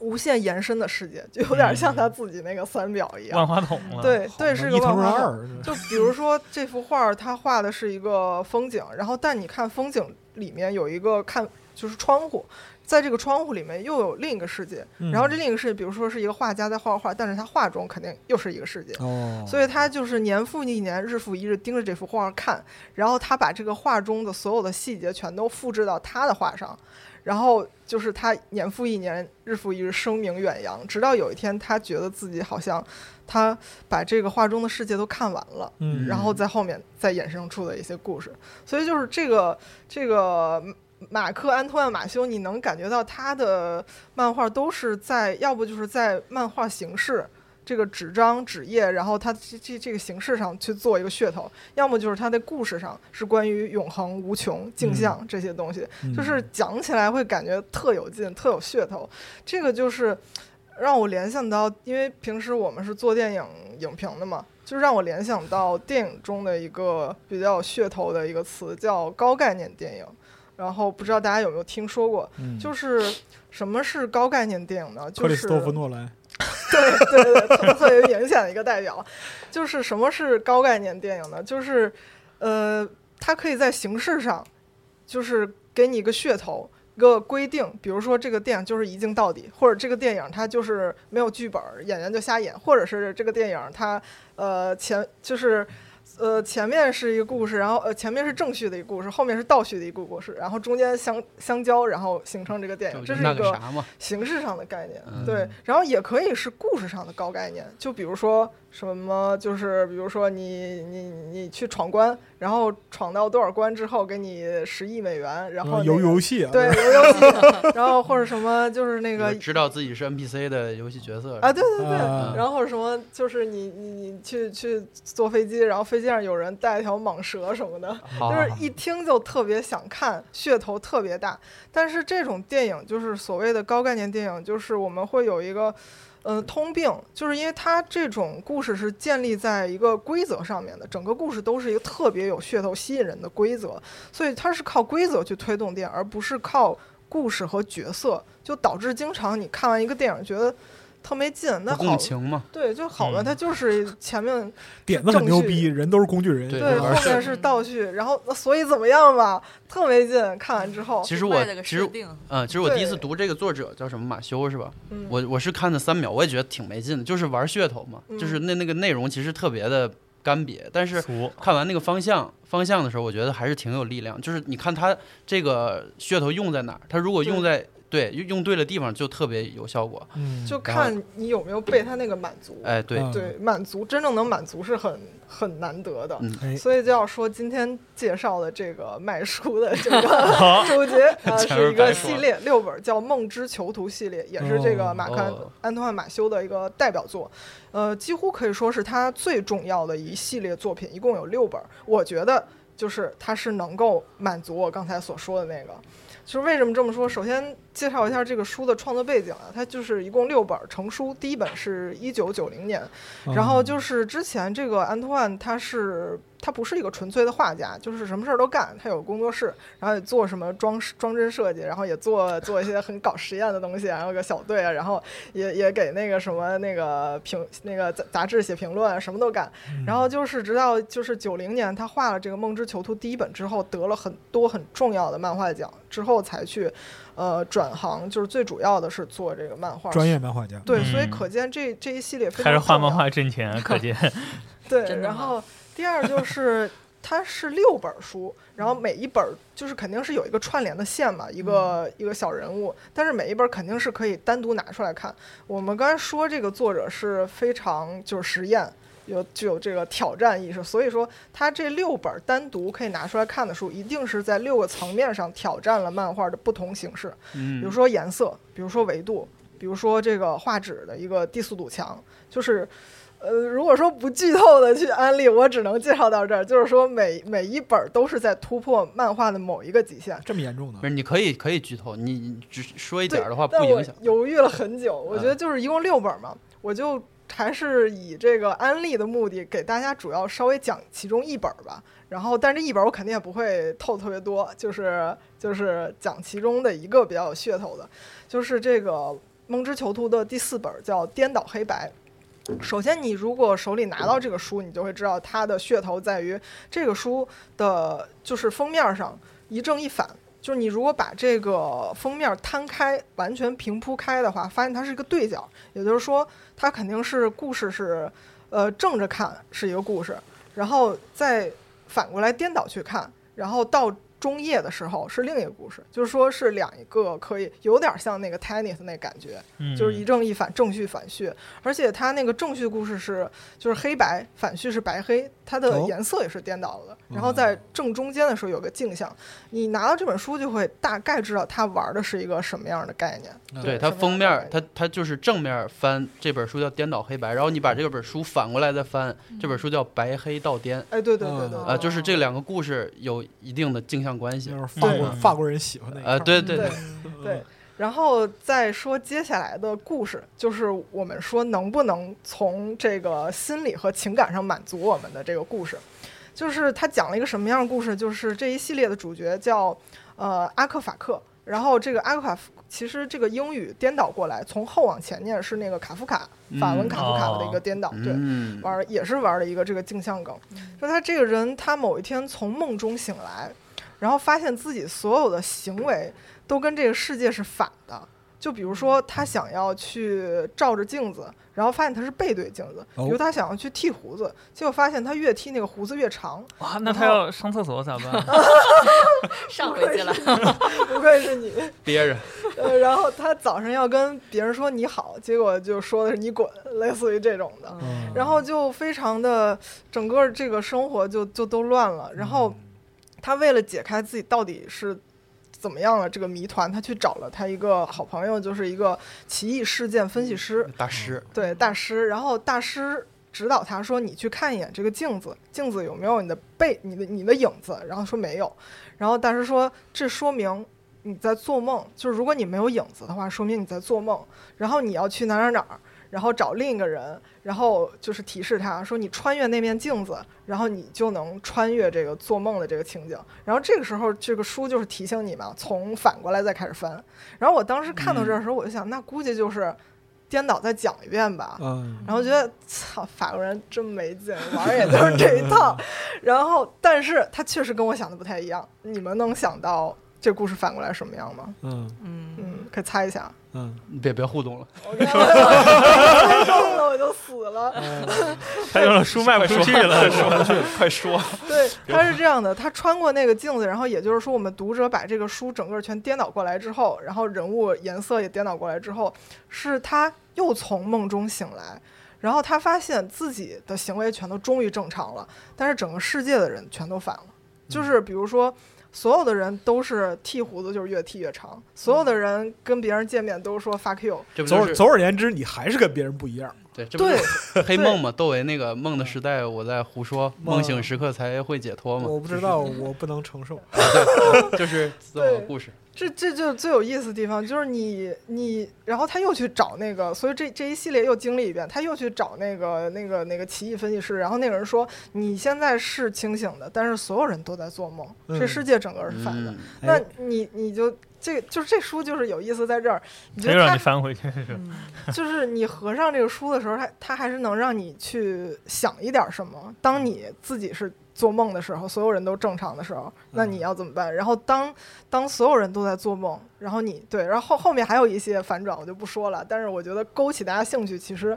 Speaker 5: 无限延伸的世界，就有点像他自己那个三表一样。
Speaker 3: 万花筒啊了。
Speaker 5: 对对，
Speaker 4: 好
Speaker 5: 是
Speaker 4: 嘛
Speaker 5: 个
Speaker 4: 一
Speaker 5: 万
Speaker 4: 藤润
Speaker 5: 花筒。
Speaker 4: 二，
Speaker 5: 就比如说这幅画儿，它画的是一个风景，然后但你看风景里面有一个看就是窗户，在这个窗户里面又有另一个世界，
Speaker 4: 嗯
Speaker 5: 然后这另一个世界，比如说是一个画家在画画，但是他画中肯定又是一个世界。
Speaker 4: 哦，
Speaker 5: 所以他就是年复一年、日复一日盯着这幅画儿看，然后他把这个画中的所有的细节全都复制到他的画上，然后就是他年复一年、日复一日声名远扬，直到有一天他觉得自己好像他把这个画中的世界都看完了。
Speaker 4: 嗯，
Speaker 5: 然后在后面再衍生出的一些故事。所以就是这个这个马克·安托万·马修，你能感觉到他的漫画都是在，要不就是在漫画形式。这个纸张、纸页，然后他这这这个形式上去做一个噱头，要么就是他的故事上是关于永恒、无穷、镜像这些东西，
Speaker 4: 嗯
Speaker 5: 就是讲起来会感觉特有劲、特有噱头。这个就是让我联想到，因为平时我们是做电影影评的嘛，就让我联想到电影中的一个比较有噱头的一个词叫高概念电影。然后不知道大家有没有听说过，
Speaker 4: 嗯
Speaker 5: 就是什么是高概念电影呢？
Speaker 4: 克
Speaker 5: 就
Speaker 4: 里
Speaker 5: 是
Speaker 4: 斯托弗诺兰，
Speaker 5: 对对对，特别明显的一个代表，就是什么是高概念电影呢？就是，呃，它可以在形式上，就是给你一个噱头，一个规定，比如说这个电影就是一镜到底，或者这个电影它就是没有剧本，演员就瞎演，或者是这个电影它呃前就是。呃，前面是一个故事，然后呃，前面是正序的一个故事，后面是倒叙的一个故事，然后中间相相交，然后形成这个电影，这是
Speaker 6: 那
Speaker 5: 一
Speaker 6: 个啥嘛，
Speaker 5: 形式上的概念，
Speaker 6: 嗯
Speaker 5: 对，然后也可以是故事上的高概念，就比如说什么，就是比如说你你你去闯关，然后闯到多少关之后给你十亿美元，然后那
Speaker 4: 游
Speaker 5: 个
Speaker 4: 游戏啊，
Speaker 5: 对游游戏， 然后或者什么就是那个
Speaker 6: 就是知道自己是 NPC 的游戏角色
Speaker 5: 啊，对对对，
Speaker 4: 啊
Speaker 5: 然后或者什么就是你你你去去坐飞机，然后飞机上有人带一条蟒蛇什么的，
Speaker 6: 好
Speaker 5: 就是一听就特别想看，噱头特别大。但是这种电影就是所谓的高概念电影，就是我们会有一个。嗯，通病就是因为它这种故事是建立在一个规则上面的，整个故事都是一个特别有噱头、吸引人的规则，所以它是靠规则去推动电影，而不是靠故事和角色，就导致经常你看完一个电影觉得特没劲，那
Speaker 6: 不
Speaker 5: 好
Speaker 6: 共情嘛，
Speaker 5: 对就好了，
Speaker 3: 嗯
Speaker 5: 它就是前面
Speaker 4: 点子很牛
Speaker 5: 正
Speaker 4: 逼，
Speaker 5: 序
Speaker 4: 人都是工具人，
Speaker 6: 对
Speaker 5: 对，
Speaker 6: 玩
Speaker 5: 后
Speaker 6: 儿
Speaker 5: 面是倒叙，然后那所以怎么样吧，特没劲。看完之后，
Speaker 6: 其实
Speaker 2: 为
Speaker 6: 我
Speaker 2: 了个
Speaker 6: 其实
Speaker 2: 设定，
Speaker 6: 嗯，其实我第一次
Speaker 5: 对
Speaker 6: 读这个作者叫什么马修是吧？
Speaker 5: 嗯
Speaker 6: 我我是看的三秒，我也觉得挺没劲的，就是玩噱头嘛，
Speaker 5: 嗯
Speaker 6: 就是那那个内容其实特别的干瘪，但是
Speaker 3: 俗，
Speaker 6: 看完那个方向方向的时候，我觉得还是挺有力量。就是你看他这个噱头用在哪儿，他如果用在对用用对了地方，就特别有效果。
Speaker 4: 嗯，
Speaker 5: 就看你有没有被他那个满足。
Speaker 6: 哎，对，
Speaker 4: 嗯
Speaker 5: 对，满足真正能满足是很很难得的。
Speaker 6: 嗯
Speaker 4: 哎
Speaker 5: 所以就要说今天介绍的这个卖书 的这个主角，呃，
Speaker 6: 前面
Speaker 5: 是一个
Speaker 6: 白说
Speaker 5: 系列六本，叫《梦之囚徒》系列，也是这个马克安、
Speaker 6: 哦
Speaker 5: 安托万马修的一个代表作，呃，几乎可以说是他最重要的一系列作品，一共有六本。我觉得就是他是能够满足我刚才所说的那个。就是为什么这么说？首先介绍一下这个书的创作背景啊，它就是一共六本成书，第一本是一九九零年，
Speaker 4: 嗯
Speaker 5: 然后就是之前这个安托万，他是他不是一个纯粹的画家，就是什么事儿都干，他有工作室，然后也做什么装饰装帧设计，然后也做做一些很搞实验的东西，然后有个小队啊，然后也也给那个什么那个评那个杂杂志写评论，什么都干。然后就是直到就是九零年，他画了这个《梦之囚徒》第一本之后，得了很多很重要的漫画奖，之后才去呃转行，就是最主要的是做这个漫画。
Speaker 4: 专业漫画家，
Speaker 5: 对，所以
Speaker 3: 嗯
Speaker 5: 可见这这一系列非常
Speaker 3: 开始画
Speaker 5: 重
Speaker 3: 漫
Speaker 5: 要
Speaker 3: 画挣钱，啊可见
Speaker 5: 对，
Speaker 2: 真的
Speaker 5: 然
Speaker 2: 吗
Speaker 5: 后第二就是 它是六本儿书，然后每一本儿就是肯定是有一个串联的线嘛，一个、
Speaker 2: 嗯
Speaker 5: 一个小人物，但是每一本儿肯定是可以单独拿出来看。我们刚才说这个作者是非常就是实验。有具有这个挑战意识，所以说他这六本儿单独可以拿出来看的书，一定是在六个层面上挑战了漫画的不同形式。比如
Speaker 6: 嗯，
Speaker 5: 说颜色，比如说维度，比如说这个画质的一个低速度墙，就是呃，如果说不剧透的去安利，我只能介绍到这儿。就是说每，每一本儿都是在突破漫画的某一个极限。
Speaker 4: 这么严重呢
Speaker 6: 不？是，你可以可以剧透，你你只说一
Speaker 5: 对
Speaker 6: 点儿的话不
Speaker 5: 但我
Speaker 6: 影响。
Speaker 5: 犹豫了很久，我觉得
Speaker 6: 嗯
Speaker 5: 就是一共六本嘛，我就还是以这个安利的目的给大家主要稍微讲其中一本儿吧。然后，但是这一本儿我肯定也不会透特别多，就是就是讲其中的一个比较有噱头的，就是这个《梦之囚徒》的第四本儿叫《颠倒黑白》。首先，你如果手里拿到这个书，你就会知道它的噱头在于这个书的，就是封面上一正一反。就是你如果把这个封面摊开，完全平铺开的话，发现它是一个对角，也就是说，它肯定是故事是，呃，正着看是一个故事，然后再反过来颠倒去看，然后到中叶的时候是另一个故事，就是说是两一个可以有点像那个 tennis 那感觉，
Speaker 3: 嗯
Speaker 5: 就是一正一反，正序反序，而且它那个正序故事是就是黑白，反序是白黑，它的
Speaker 4: 哦
Speaker 5: 颜色也是颠倒的。然
Speaker 4: 哦
Speaker 5: 后在正中间的时候有个镜像，你拿到这本书就会大概知道它玩的是一个什么样的概念。
Speaker 4: 嗯
Speaker 6: 对
Speaker 5: 什么
Speaker 6: 它
Speaker 5: 样
Speaker 6: 封
Speaker 5: 的
Speaker 6: 面
Speaker 5: 概
Speaker 6: 儿
Speaker 5: 念，
Speaker 6: 它它就是正面儿翻这本书叫颠倒黑白，然后你把这个本书反过来再翻，这
Speaker 5: 嗯
Speaker 6: 本书叫白黑倒颠，
Speaker 5: 哎，对对对对
Speaker 4: 嗯
Speaker 5: 对，
Speaker 6: 啊，就是这两个故事有一定的镜像关系
Speaker 4: 就。是法国
Speaker 3: 对
Speaker 4: 法国人喜欢那一
Speaker 6: 啊，
Speaker 4: 块儿
Speaker 6: 对对
Speaker 5: 对
Speaker 6: 对，
Speaker 5: 对，然后再说接下来的故事，就是我们说能不能从这个心理和情感上满足我们的这个故事，就是他讲了一个什么样的故事？就是这一系列的主角叫呃阿克法克，然后这个阿克法夫其实这个英语颠倒过来，从后往前念是那个卡夫卡，法文
Speaker 6: 嗯
Speaker 5: 卡夫卡的
Speaker 3: 哦
Speaker 5: 一个颠倒，对，
Speaker 6: 嗯，
Speaker 5: 玩儿也是玩儿了一个这个镜像梗，就他这个人，他某一天从梦中醒来，然后发现自己所有的行为都跟这个世界是反的。就比如说，他想要去照着镜子，然后发现他是背对镜子；
Speaker 4: 哦
Speaker 5: 比如他想要去剃胡子，结果发现他越剃那个胡子越长。
Speaker 3: 哇，那他
Speaker 5: 然后
Speaker 3: 要上厕所咋办？
Speaker 2: 上回去了，
Speaker 5: 不愧是你，
Speaker 6: 憋着，
Speaker 5: 呃，然后他早上要跟别人说你好，结果就说的是你滚，类似于这种的。
Speaker 4: 嗯
Speaker 5: 然后就非常的整个这个生活就就都乱了。然后
Speaker 6: 嗯
Speaker 5: 他为了解开自己到底是怎么样了这个谜团，他去找了他一个好朋友，就是一个奇异事件分析师，
Speaker 6: 大师，
Speaker 5: 对大师。然后大师指导他说：“你去看一眼这个镜子，镜子有没有你的背、你的你的影子？”然后说没有。然后大师说：“这说明。”你在做梦，就是如果你没有影子的话，说明你在做梦。然后你要去哪儿哪儿哪儿，然后找另一个人，然后就是提示他说你穿越那面镜子，然后你就能穿越这个做梦的这个情景。然后这个时候，这个书就是提醒你嘛，从反过来再开始翻。然后我当时看到这儿的时候，我就想，那估计就是颠倒再讲一遍吧。
Speaker 4: 嗯，
Speaker 5: 然后觉得操，法国人真没劲，玩儿也就是这一套。然后，但是他确实跟我想的不太一样。你们能想到这故事反过来什么样吗？
Speaker 4: 嗯
Speaker 2: 嗯，
Speaker 5: 嗯，可以猜一下。
Speaker 4: 嗯
Speaker 6: 你别别互动了，
Speaker 5: 我刚才猜中 了我就死了。
Speaker 3: 他用了书卖不出去了，是吧？
Speaker 6: 快说，
Speaker 5: 对，他是这样的，他穿过那个镜子，然后也就是说，我们读者把这个书整个全颠倒过来之后，然后人物颜色也颠倒过来之后，是他又从梦中醒来，然后他发现自己的行为全都终于正常了，但是整个世界的人全都反了，就是比如说。所有的人都是剃胡子，就是越剃越长。所有的人跟别人见面都说 fuck you，
Speaker 6: 这不
Speaker 4: 总
Speaker 6: 就
Speaker 4: 而
Speaker 6: 是
Speaker 4: 总而言之，你还是跟别人不一样。
Speaker 6: 对，这不
Speaker 5: 对
Speaker 6: 就，是黑梦嘛？窦唯那个
Speaker 4: 嗯
Speaker 6: 梦的时代，我在胡说，梦醒时刻才会解脱嘛，
Speaker 4: 我不知道，我不能承受。
Speaker 6: 就是这么个故事。
Speaker 5: 这这就是最有意思的地方，就是你你，然后他又去找那个，所以这这一系列又经历一遍，他又去找那个那个那个奇异分析师，然后那个人说你现在是清醒的，但是所有人都在做梦，这
Speaker 4: 嗯
Speaker 5: 世界整个是反的。
Speaker 6: 嗯，
Speaker 5: 那
Speaker 4: 哎
Speaker 5: 你你就这就是这书就是有意思在这儿，你觉
Speaker 3: 又
Speaker 5: 得
Speaker 3: 让你
Speaker 5: 他
Speaker 3: 翻回去是吧？
Speaker 5: 就是你合上这个书的时候，它它还是能让你去想一点什么。当你自己是做梦的时候，所有人都正常的时候，那你要怎么办？然后当当所有人都在做梦，然后你对，然后后后面还有一些反转，我就不说了。但是我觉得勾起大家兴趣，其实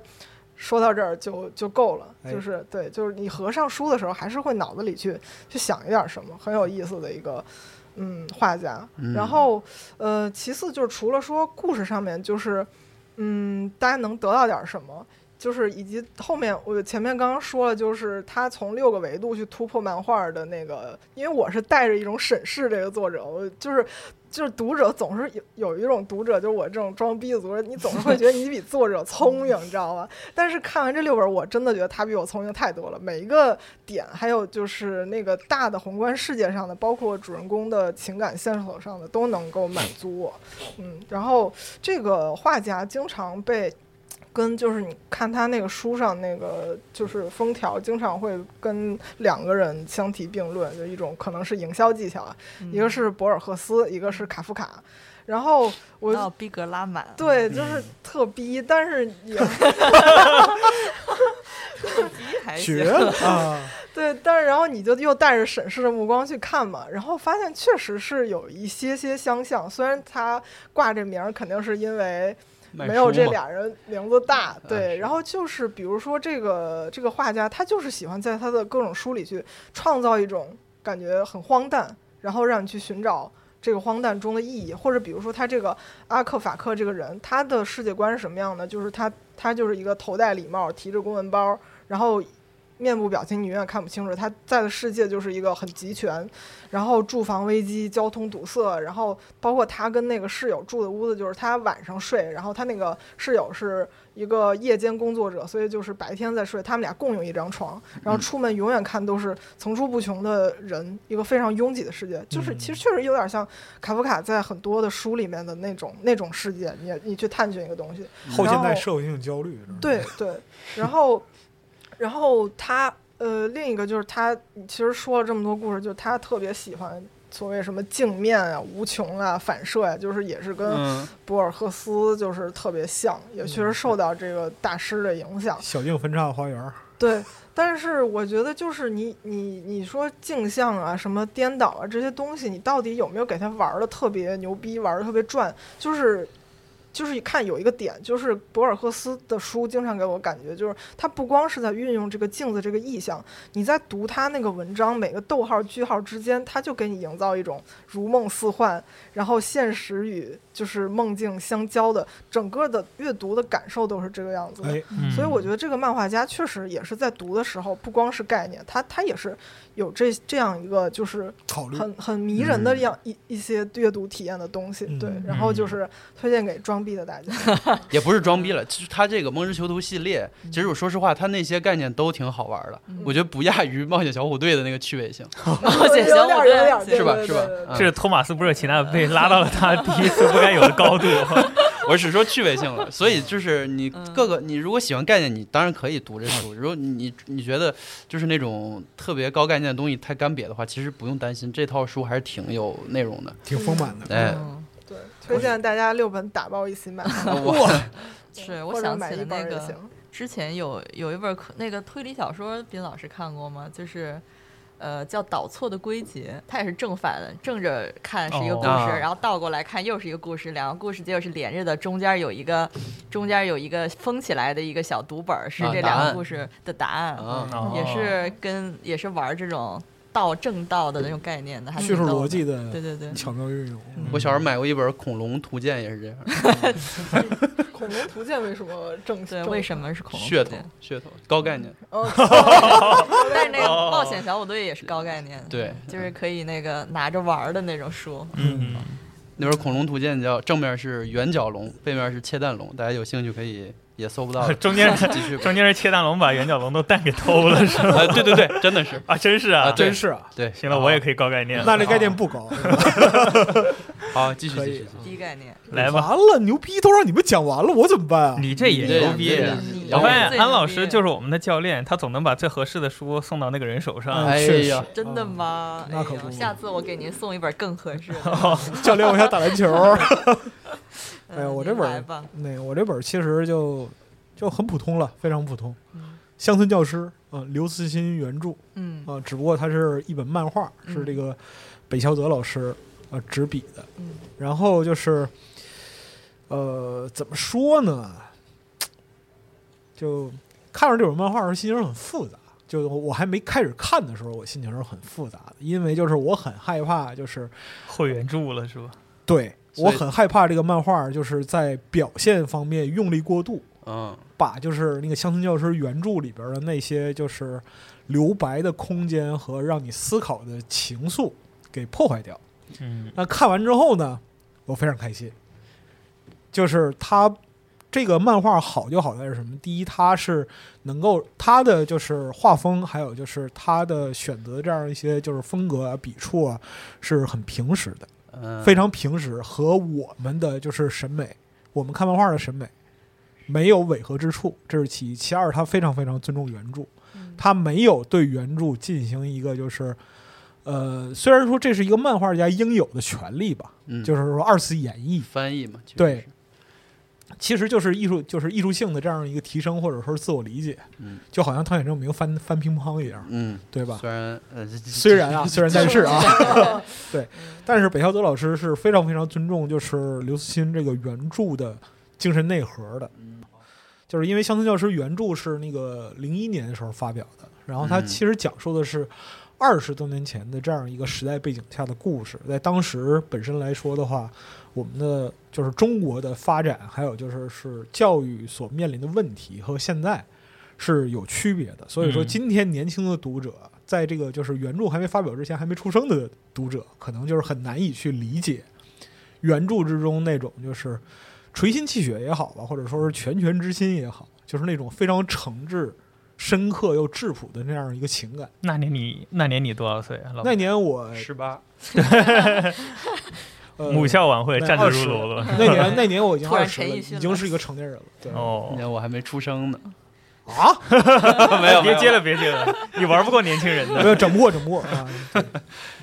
Speaker 5: 说到这儿就就够了。
Speaker 4: 哎
Speaker 5: 就是对，就是你合上书的时候，还是会脑子里去去想一点什么，很有意思的一个嗯画家。然
Speaker 6: 嗯
Speaker 5: 后呃，其次就是除了说故事上面，就是嗯，大家能得到点儿什么。就是以及后面我前面刚刚说了，就是他从六个维度去突破漫画的那个，因为我是带着一种审视这个作者，我就是。就是读者总是有有一种读者，就是我这种装逼的读者，你总是会觉得你比作者聪明，你知道吗？但是看完这六本，我真的觉得他比我聪明太多了。每一个点，还有就是那个大的宏观世界上的，包括主人公的情感线索上的，都能够满足我。嗯，然后这个画家经常被跟就是你看他那个书上那个就是封条，经常会跟两个人相提并论，就一种可能是营销技巧啊，一个是博尔赫斯，一个是卡夫卡。然后我
Speaker 2: 到逼格拉满，
Speaker 5: 对，就是特逼，但是也
Speaker 2: 还行
Speaker 4: 绝了 啊！
Speaker 5: 对，但是然后你就又带着审视的目光去看嘛，然后发现确实是有一些些相像，虽然他挂这名儿肯定是因为
Speaker 6: 卖
Speaker 5: 没有
Speaker 6: 书
Speaker 5: 这
Speaker 6: 嘛啊
Speaker 5: 俩人名字大，对，
Speaker 6: 是
Speaker 5: 然后就是比如说这个这个画家，他就是喜欢在他的各种书里去创造一种感觉很荒诞，然后让你去寻找。这个荒诞中的意义，或者比如说他这个阿克法克这个人，他的世界观是什么样的？就是他，他就是一个头戴礼帽，提着公文包，然后面部表情你永远看不清楚。他在的世界就是一个很集权，然后住房危机、交通堵塞，然后包括他跟那个室友住的屋子，就是他晚上睡，然后他那个室友是一个夜间工作者，所以就是白天在睡，他们俩共用一张床，然后出门永远看都是层出不穷的人，一个非常拥挤的世界，就是其实确实有点像卡夫卡在很多的书里面的那种那种世界，你你去探寻一个东西，
Speaker 4: 后现代
Speaker 5: 然后
Speaker 4: 社会性焦虑，这是
Speaker 5: 对对，然后，然后他呃，另一个就是他其实说了这么多故事，就是他特别喜欢所谓什么镜面啊、无穷啊、反射呀、就是也是跟
Speaker 6: 嗯，
Speaker 5: 博尔赫斯就是特别像，也确实受到这个大师的影响。
Speaker 4: 小径分叉的花园儿，
Speaker 5: 对，但是我觉得就是你你你说镜像啊、什么颠倒啊这些东西，你到底有没有给他玩的特别牛逼，玩的特别转？就是就是看有一个点，就是博尔赫斯的书经常给我感觉，就是他不光是在运用这个镜子这个意象，你在读他那个文章每个逗号句号之间，他就给你营造一种如梦似幻，然后现实与就是梦境相交的整个的阅读的感受都是这个样子的。
Speaker 4: 哎，
Speaker 5: 嗯所以
Speaker 3: 嗯
Speaker 5: 我觉得这个漫画家确实也是在读的时候，不光是概念，他他也是有这这样一个就是
Speaker 4: 考虑
Speaker 5: 很很迷人的
Speaker 6: 嗯
Speaker 5: 样一一些阅读体验的东西。对
Speaker 4: 嗯，
Speaker 5: 然后就是推荐给装逼的大家。
Speaker 6: 也不是装逼了。其实他这个《梦之囚徒》系列，其实我说实话，他那些概念都挺好玩的，我觉得不亚于《冒险小虎队》的那个趣味性。
Speaker 2: 冒险
Speaker 5: 有
Speaker 2: 小
Speaker 5: 点
Speaker 2: 虎
Speaker 5: 儿有
Speaker 2: 队
Speaker 5: 点儿对
Speaker 6: 是吧
Speaker 5: 对
Speaker 6: 是
Speaker 5: 对
Speaker 6: 吧
Speaker 5: 对对
Speaker 6: 嗯
Speaker 3: 这是托马斯·布热奇纳被拉到了他第一次不该有的高度。
Speaker 6: 我只说趣味性 了，所以就是你
Speaker 2: 嗯
Speaker 6: 各个你如果喜欢概念，你当然可以读这书。 如果你你觉得就是那种特别高概念的东西太干瘪的话，其实不用担心，这套书还是挺有内容的。
Speaker 4: 挺丰满的。
Speaker 6: 哎，
Speaker 2: 嗯
Speaker 5: 对，推荐大家六本打包一 起买，啊
Speaker 6: 我
Speaker 2: 是
Speaker 5: 或
Speaker 2: 我
Speaker 5: 者
Speaker 2: 想
Speaker 5: 买
Speaker 2: 起
Speaker 5: 一
Speaker 2: 了那
Speaker 5: 本也
Speaker 2: 个
Speaker 5: 行。
Speaker 2: 之前有有一本可那个推理小说，斌老师看过吗？就是。呃，叫倒错的归结，它也是正反的，正着看是一个故事，
Speaker 6: 哦啊
Speaker 2: 然后倒过来看又是一个故事，两个故事结果是连着的，中间有一个，中间有一个封起来的一个小读本儿，是
Speaker 6: 啊
Speaker 2: 这
Speaker 6: 答
Speaker 2: 两个
Speaker 6: 案
Speaker 2: 故事的答案，
Speaker 6: 啊
Speaker 3: 哦
Speaker 2: 也是跟也是玩这种道正道的那种概念的，还
Speaker 4: 叙
Speaker 2: 嗯挺
Speaker 4: 述
Speaker 2: 逗
Speaker 4: 逻
Speaker 2: 的
Speaker 4: 辑
Speaker 2: 对
Speaker 4: 的
Speaker 2: 对对，嗯
Speaker 4: 巧妙运用，嗯
Speaker 6: 我小时候买过一本《恐龙图鉴》，也是这样，
Speaker 5: 恐龙图鉴为什么正？
Speaker 2: 对，为什么是恐龙
Speaker 6: 噱
Speaker 2: 图
Speaker 6: 头
Speaker 2: 鉴？
Speaker 6: 噱头高概念。
Speaker 5: 么？哦
Speaker 2: 但是那个冒险小虎队也是高概念的，
Speaker 6: 哦对
Speaker 2: 就是可以那个拿着玩儿的那种书。
Speaker 3: 嗯，，
Speaker 6: 那本《恐龙图鉴》叫正面是圆角龙，背面是切蛋龙，大家有兴趣可以也搜不 到的
Speaker 3: 嗯中间
Speaker 6: 继续吧。
Speaker 3: 中间是切蛋龙把圆角龙都蛋给偷了，是吧？
Speaker 6: 啊，对对对，真的 是
Speaker 3: 啊，真是啊，
Speaker 6: 啊对
Speaker 4: 真是啊！
Speaker 6: 对。
Speaker 3: 行了，我也可以高概念了。
Speaker 4: 那这概念不高，
Speaker 6: 好，继续
Speaker 4: 可以
Speaker 6: 继
Speaker 4: 啊
Speaker 6: 续继续。
Speaker 2: 低概念，
Speaker 6: 嗯
Speaker 3: 来吧，
Speaker 4: 完了，牛逼都让你们讲完了，我怎么办啊？
Speaker 3: 你这也牛逼。
Speaker 6: 对
Speaker 2: 你
Speaker 3: 我
Speaker 6: 我
Speaker 3: 发
Speaker 6: 发
Speaker 3: 现
Speaker 6: 现
Speaker 3: 安老师就是我们的教练，他总能把最合适的书送到那个人手上。
Speaker 6: 哎
Speaker 4: 嗯确实
Speaker 6: 呀，
Speaker 2: 真的吗？
Speaker 4: 哦那可
Speaker 2: 哎呦
Speaker 4: 不
Speaker 2: 下次我给您送一本更合适的。
Speaker 4: 教练，我想打篮球。
Speaker 2: 嗯
Speaker 4: 哎呀我
Speaker 2: 您
Speaker 4: 这本
Speaker 2: 来吧，
Speaker 4: 那我这本儿其实就就很普通了，非常普通。
Speaker 2: 嗯
Speaker 4: 乡村教师，啊，刘慈欣原著，
Speaker 2: 嗯
Speaker 4: 啊，只不过它是一本漫画，
Speaker 2: 嗯
Speaker 4: 是这个北孝泽老师啊执笔的。
Speaker 2: 嗯
Speaker 4: 然后就是，呃，怎么说呢？就看着这本漫画的时候，心情很复杂。就我还没开始看的时候，我心情是很复杂的，因为就是我很害怕，就是
Speaker 3: 会原著了是吧？
Speaker 4: 对
Speaker 6: 所
Speaker 4: 我
Speaker 6: 以
Speaker 4: 很害怕这个漫画就是在表现方面用力过度，
Speaker 6: 嗯
Speaker 4: 把就是那个《乡村教师》原著里边的那些就是留白的空间和让你思考的情愫给破坏掉。
Speaker 3: 嗯
Speaker 4: 那看完之后呢，我非常开心，就是它这个漫画好就好在是什么？第一，它是能够它的就是画风，还有就是它的选择这样一些就是风格啊、笔触啊，是很平实的。
Speaker 6: 嗯，
Speaker 4: 非常平实，和我们的就是审美，我们看漫画的审美没有违和之处，这是其一。其二，他非常非常尊重原著，
Speaker 2: 嗯
Speaker 4: 他没有对原著进行一个就是，呃，虽然说这是一个漫画家应有的权利吧，
Speaker 6: 嗯
Speaker 4: 就是说二次演绎，
Speaker 6: 翻译嘛，其实
Speaker 4: 对
Speaker 6: 是，
Speaker 4: 其实就是艺术，就是艺术性的这样一个提升，或者说是自我理解，
Speaker 6: 嗯
Speaker 4: 就好像汤显证明翻翻乒乓一样，
Speaker 6: 嗯，
Speaker 4: 对吧？
Speaker 6: 虽然呃，这
Speaker 4: 虽然 啊，虽然但是啊， 对，但是北孝德老师是非常非常尊重就是刘慈欣这个原著的精神内核的，就是因为《乡村教师》原著是那个零一年的时候发表的，然后它
Speaker 6: 嗯
Speaker 4: 其实讲述的是二十多年前的这样一个时代背景下的故事，在当时本身来说的话，我们的就是中国的发展，还有就是是教育所面临的问题和现在是有区别的。所以说，
Speaker 3: 嗯
Speaker 4: 今天年轻的读者，在这个就是原著还没发表之前，还没出生的读者，可能就是很难以去理解原著之中那种就是垂心泣血也好吧，或者说是拳拳之心也好，就是那种非常诚挚、深刻又质朴的那样一个情感。
Speaker 3: 那年你那年你多少岁啊？老
Speaker 4: 那年我
Speaker 6: 十八，
Speaker 4: 呃
Speaker 3: 母校晚会
Speaker 4: 那
Speaker 3: 站着
Speaker 4: 二
Speaker 3: 如
Speaker 4: 十
Speaker 3: 罗 罗。
Speaker 4: 那年那年我已经
Speaker 2: 突然
Speaker 4: 二十
Speaker 2: 陈
Speaker 4: 了，
Speaker 2: 奕
Speaker 4: 已
Speaker 2: 迅
Speaker 4: 经
Speaker 2: 了
Speaker 4: 是一个成年人了。对，
Speaker 6: 那
Speaker 3: 哦，
Speaker 6: 年我还没出生呢，
Speaker 4: 啊，
Speaker 6: 没有，没
Speaker 3: 别
Speaker 6: 有
Speaker 3: 接了，，别接了，你玩不过年轻人 的。
Speaker 4: 没有整不过，整不过啊！对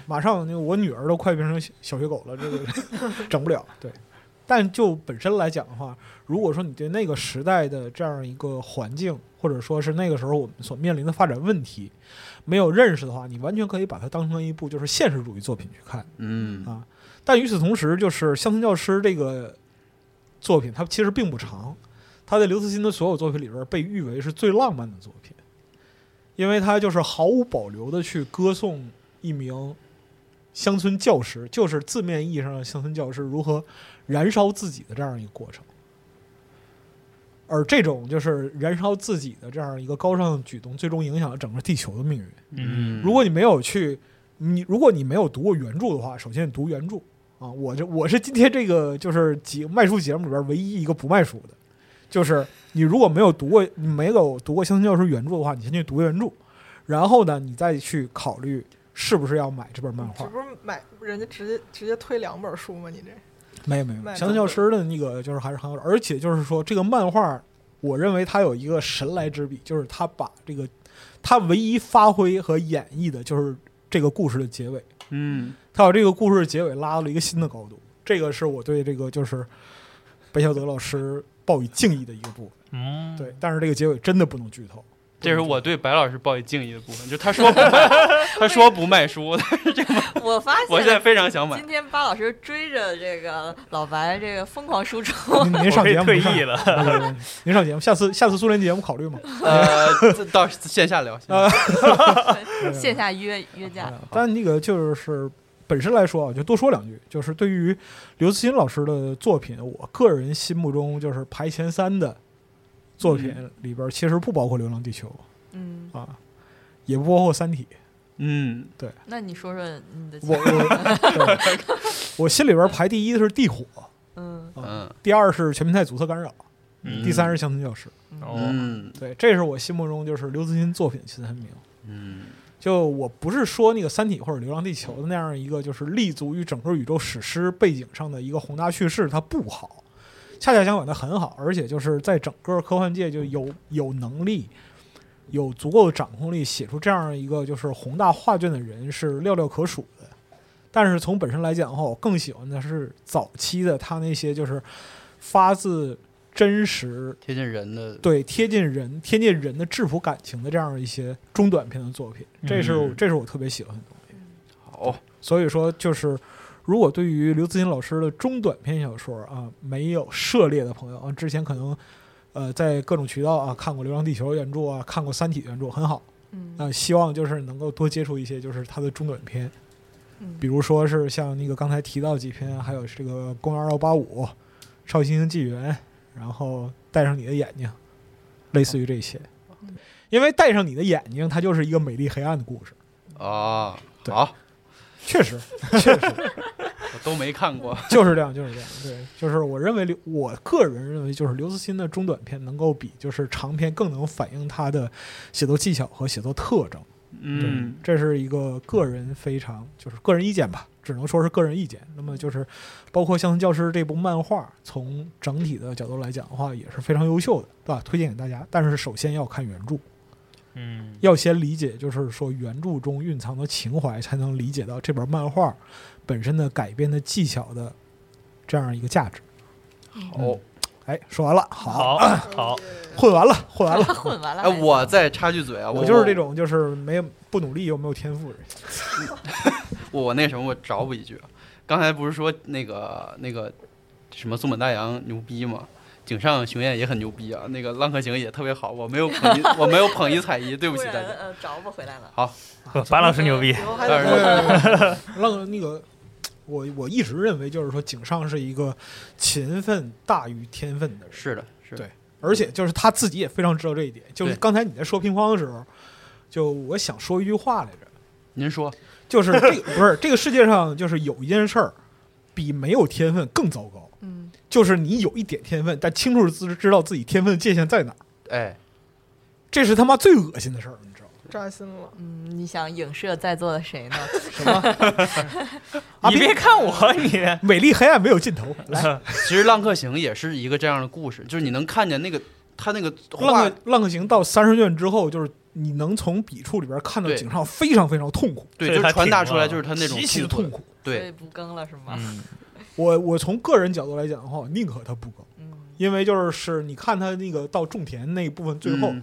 Speaker 4: 马上那我女儿都快变成小小学狗了，这个整不了。对，但就本身来讲的话，如果说你对那个时代的这样一个环境，或者说是那个时候我们所面临的发展问题没有认识的话，你完全可以把它当成一部就是现实主义作品去看。
Speaker 6: 嗯
Speaker 4: 啊但与此同时，就是《乡村教师》这个作品，它其实并不长，它在刘慈欣的所有作品里边被誉为是最浪漫的作品，因为它就是毫无保留的去歌颂一名乡村教师，就是字面意义上的乡村教师如何燃烧自己的这样一个过程。而这种就是燃烧自己的这样一个高尚的举动，最终影响了整个地球的命运。
Speaker 3: 嗯
Speaker 4: 如果你没有去，你如果你没有读过原著的话，首先你读原著啊。我这我是今天这个就是节卖书节目里边唯一一个不卖书的，就是你如果没有读过，你没有读过《乡村教师》原著的话，你先去读原著，然后呢，你再去考虑是不是要买这本漫
Speaker 5: 这
Speaker 4: 画。
Speaker 5: 不是买人家直接直接推两本书吗？你这
Speaker 4: 没有没有，
Speaker 5: 卖
Speaker 4: 《乡村教师》的那个就是还是很好，而且就是说这个漫画，我认为它有一个神来之笔，就是它把这个它唯一发挥和演绎的就是这个故事的结尾。
Speaker 6: 嗯，
Speaker 4: 他把这个故事结尾拉到了一个新的高度。这个是我对这个就是白孝德老师报以敬意的一个部分。
Speaker 3: 嗯，
Speaker 4: 对，但是这个结尾真的不能剧透。
Speaker 6: 这是我对白老师抱以敬意的部分，就他说 不卖，他说不卖书，
Speaker 2: 我发
Speaker 6: 我现在非常 想买
Speaker 2: 今，天巴老师追着这个老白这个疯狂输出，
Speaker 4: 您
Speaker 3: 我
Speaker 4: 您上
Speaker 3: 可以
Speaker 4: 节目，
Speaker 3: 退
Speaker 4: 您上
Speaker 3: 役了。
Speaker 4: 对对对您上节目，下次下次苏联节目考虑嘛？
Speaker 6: 呃，这到线下聊，线下
Speaker 4: 呃，
Speaker 2: 线下约约架，
Speaker 4: 啊但那个就是本身来说啊，我就多说两句，就是对于刘慈欣老师的作品，我个人心目中就是排前三的作品里边，其实不包括《流浪地球
Speaker 2: 嗯》，
Speaker 4: 啊，也不包括《三体》。
Speaker 6: 嗯，
Speaker 2: 那你说说你的情
Speaker 4: 我
Speaker 2: 况，
Speaker 4: 我对我心里边排第一的是地火，
Speaker 2: 嗯
Speaker 4: 啊
Speaker 6: 嗯
Speaker 4: 第二是全民态阻塞干扰，
Speaker 3: 嗯
Speaker 4: 第三是乡村教师。
Speaker 3: 哦，
Speaker 6: 嗯
Speaker 4: 对，这是我心目中就是刘慈欣作品前三名。
Speaker 6: 嗯
Speaker 4: 就我不是说那个《三体》或者《流浪地球》的那样一个，就是立足于整个宇宙史诗背景上的一个宏大叙事，它不好。恰恰相反，它很好，而且就是在整个科幻界就有有能力、有足够的掌控力写出这样一个就是宏大画卷的人是寥寥可数的。但是从本身来讲的话，我更喜欢的是早期的他那些就是发自真实
Speaker 6: 贴近人的，
Speaker 4: 对贴近人、贴近人的质朴感情的这样一些中短篇的作品，这是、
Speaker 6: 嗯
Speaker 4: 这是我特别喜欢的东西。
Speaker 6: 好，
Speaker 4: 所以说，就是如果对于刘慈欣老师的中短篇小说啊没有涉猎的朋友啊，之前可能呃在各种渠道啊看过《流浪地球》原著啊，看过《三体》原著，很好。
Speaker 2: 嗯
Speaker 4: 那、希望就是能够多接触一些就是他的中短篇，
Speaker 2: 嗯
Speaker 4: 比如说是像那个刚才提到几篇，还有这个《公园二八五》《超新星纪元》然后戴上你的眼睛，类似于这些。因为戴上你的眼睛，它就是一个美丽黑暗的故事。
Speaker 6: 啊，
Speaker 4: 对
Speaker 6: 好，
Speaker 4: 确实，
Speaker 6: 我都没看过。
Speaker 4: 就是这样，就是这样。对，就是我认为刘，我个人认为，就是刘慈欣的中短篇能够比就是长篇更能反映他的写作技巧和写作特征。
Speaker 6: 嗯，
Speaker 4: 这是一个个人非常就是个人意见吧，只能说是个人意见。那么就是包括《乡村教师》这部漫画，从整体的角度来讲的话，也是非常优秀的，对吧？推荐给大家。但是首先要看原著，
Speaker 3: 嗯，
Speaker 4: 要先理解，就是说原著中蕴藏的情怀，才能理解到这本漫画本身的改编的技巧的这样一个价值。
Speaker 6: 嗯好。
Speaker 4: 哎，说完了，好，
Speaker 3: 好好，
Speaker 4: 混完了，混完了。
Speaker 2: 混完了
Speaker 6: 哎，
Speaker 2: 还行。
Speaker 6: 我再插句嘴啊，
Speaker 4: 我就是这，种，就是没有不努力又没有天赋的人。
Speaker 6: 我我那什么，我找补一句啊，刚才不是说那个那个什么松本大洋牛逼吗？井上雄彦也很牛逼啊，那个《浪客行》也特别好，我没有捧一，我没有 捧一踩一，对不起
Speaker 2: 突
Speaker 6: 大
Speaker 2: 然
Speaker 6: 家。
Speaker 2: 呃找我回来了。嗯
Speaker 3: 呵白老师牛逼
Speaker 5: 以，后还
Speaker 6: 当
Speaker 5: 得
Speaker 6: 然了，
Speaker 4: 浪那个，我我一直认为就是说井上是一个勤奋大于天分的人，
Speaker 6: 是的，是的
Speaker 4: 对而且就是他自己也非常知道这一点。就是
Speaker 6: 对
Speaker 4: 刚才你在说乒乓的时候，就我想说一句话来着，
Speaker 6: 您说
Speaker 4: 就是这个 不是这个世界上就是有一件事儿比没有天分更糟糕，
Speaker 5: 嗯，
Speaker 4: 就是你有一点天分，但清楚知知道自己天分的界限在哪儿，
Speaker 6: 哎，
Speaker 4: 这是他妈最恶心的事儿，你知道吗？
Speaker 5: 扎心了。
Speaker 2: 嗯，你想影射在座的谁呢？
Speaker 4: 什么？啊
Speaker 3: 你别看我你，
Speaker 4: 美丽黑暗没有尽头，来，
Speaker 6: 其实《浪客行》也是一个这样的故事，就是你能看见那个他那个画
Speaker 4: 浪客浪客行到三十卷之后，就是你能从笔触里边看到
Speaker 6: 对
Speaker 4: 井上非常非常痛苦，
Speaker 6: 对，
Speaker 3: 所以
Speaker 6: 就
Speaker 3: 他
Speaker 6: 是传达
Speaker 3: 挺
Speaker 6: 出来
Speaker 3: 了
Speaker 6: 就是他那种
Speaker 4: 极其的
Speaker 6: 痛
Speaker 4: 痛
Speaker 6: 苦。
Speaker 4: 苦。
Speaker 2: 所以
Speaker 6: 对，
Speaker 2: 不更了是吗？
Speaker 3: 嗯，
Speaker 4: 我我从个人角度来讲的话，我宁可他不更，
Speaker 2: 嗯
Speaker 4: 因为就是是你看他那个到种田那部分最后，
Speaker 6: 嗯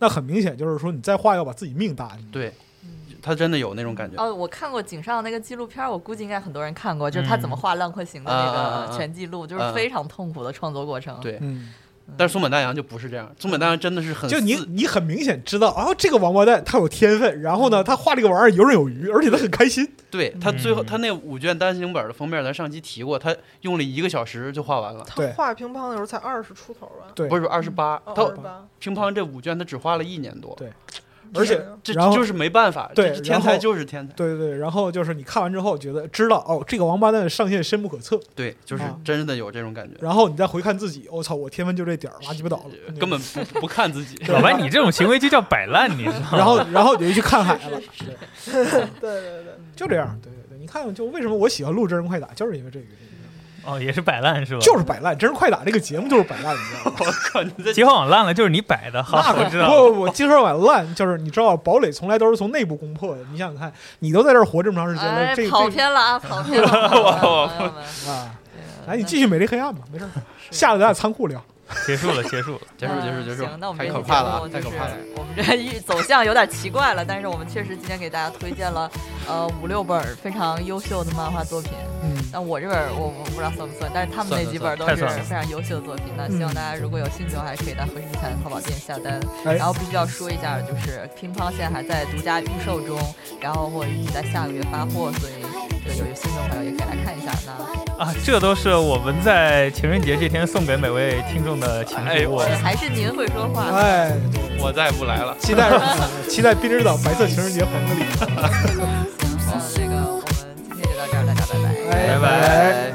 Speaker 4: 那很明显就是说你再画要把自己命搭进去。
Speaker 6: 对
Speaker 2: 嗯。
Speaker 6: 他真的有那种感觉。
Speaker 2: 哦，我看过井上那个纪录片儿，我估计应该很多人看过，就是他怎么
Speaker 3: 嗯
Speaker 2: 画《浪客行》的
Speaker 6: 啊啊
Speaker 2: 那
Speaker 6: 啊
Speaker 2: 个
Speaker 6: 啊
Speaker 2: 全记录，就
Speaker 6: 啊
Speaker 2: 是非常痛苦的创作过程。
Speaker 6: 对，
Speaker 4: 嗯，
Speaker 6: 但是松本大洋就不是这样，松本大洋真的是很
Speaker 4: 就你
Speaker 6: 自
Speaker 4: 你很明显知道啊，这个王八蛋他有天分，然后呢，他画这个玩意儿游刃有余，而且他很开心。
Speaker 6: 对他最后
Speaker 3: 嗯
Speaker 6: 他那五卷单行本的封面，咱上期提过，他用了一个小时就画完了，
Speaker 5: 他
Speaker 4: 对
Speaker 5: 画乒乓的时候才二十出头吧？
Speaker 4: 对
Speaker 6: 不是二十八，
Speaker 2: 嗯
Speaker 5: 哦，
Speaker 6: 他
Speaker 5: 二十八。
Speaker 6: 乒乓这五卷他只花了一年多，
Speaker 4: 对而且
Speaker 6: 这
Speaker 4: 然后
Speaker 6: 就是没办法，
Speaker 4: 对
Speaker 6: 这天
Speaker 4: 然
Speaker 6: 才
Speaker 4: 后
Speaker 6: 就是天才，
Speaker 4: 对对对，然后就是你看完之后觉得知道哦，这个王八蛋的上限深不可测，
Speaker 6: 对，就是
Speaker 2: 哦
Speaker 4: 啊
Speaker 6: 真的有这种感觉，
Speaker 4: 然后你再回看自己，我、操，我天分就这点儿，垃圾不倒了，
Speaker 6: 根本不不看自己，
Speaker 3: 老白，你这种行为就叫摆烂，你知道吗？
Speaker 4: 然后然后你就去看海了，对
Speaker 5: 对对对，
Speaker 4: 就这样。对对对，你看，就为什么我喜欢录《真人快打》，就是因为这个原因，
Speaker 3: 哦，也是摆烂是吧？
Speaker 4: 就是摆烂，《真人快打》这个节目就是摆烂，你知道 吗？
Speaker 6: 我靠，你这
Speaker 3: 街坊网烂了，就是你啊摆的，好，我知道了。
Speaker 4: 不不不，接受晚烂就是你知道，堡垒从来都是从内部攻破的。你想想看，你都在这儿活这么长时间了，
Speaker 2: 哎
Speaker 4: 这，
Speaker 2: 跑
Speaker 4: 这
Speaker 2: 偏了啊，跑偏了
Speaker 3: 我
Speaker 2: 朋友 们。
Speaker 4: 啊，
Speaker 2: 哎
Speaker 4: 来，你继续《美丽黑暗》吧，没事儿，下来咱俩仓库聊。
Speaker 3: 结束了，结束了。
Speaker 6: 结束结束结束
Speaker 2: 嗯行，那我，们
Speaker 6: 太
Speaker 2: 这期
Speaker 6: 可
Speaker 2: 节
Speaker 6: 怕了啊
Speaker 2: 目，
Speaker 6: 太
Speaker 2: 就
Speaker 6: 可
Speaker 2: 是
Speaker 6: 怕了，
Speaker 2: 我们这一走向有点奇怪了，但是我们确实今天给大家推荐了呃五六本非常优秀的漫画作品。
Speaker 4: 嗯，
Speaker 2: 那我这本儿我我不知道算不算，但是他们
Speaker 6: 算
Speaker 2: 那
Speaker 6: 算
Speaker 2: 几本儿都
Speaker 3: 算
Speaker 2: 是
Speaker 3: 太算了
Speaker 2: 非常优秀的作品。那希望
Speaker 4: 嗯
Speaker 2: 大家如果有兴趣的话，还可以到和氏集团淘宝店下单。
Speaker 4: 哎
Speaker 2: 然，后必须要说一下，就是乒乓现在还在独家预售中，然后或者预计在下个月发货，所以对有兴趣的朋友也可以来看一下。那
Speaker 3: 啊，这都是我们在情人节这天送给每位听众的情
Speaker 6: 哎
Speaker 3: 书。我
Speaker 2: 对还是您会说话。
Speaker 4: 哎，
Speaker 6: 我再也不来了，
Speaker 4: 期待期待滨之岛白色情人节还给你。
Speaker 2: 嗯那这个我们今天就到这儿，大家拜拜。
Speaker 3: 拜
Speaker 6: 拜。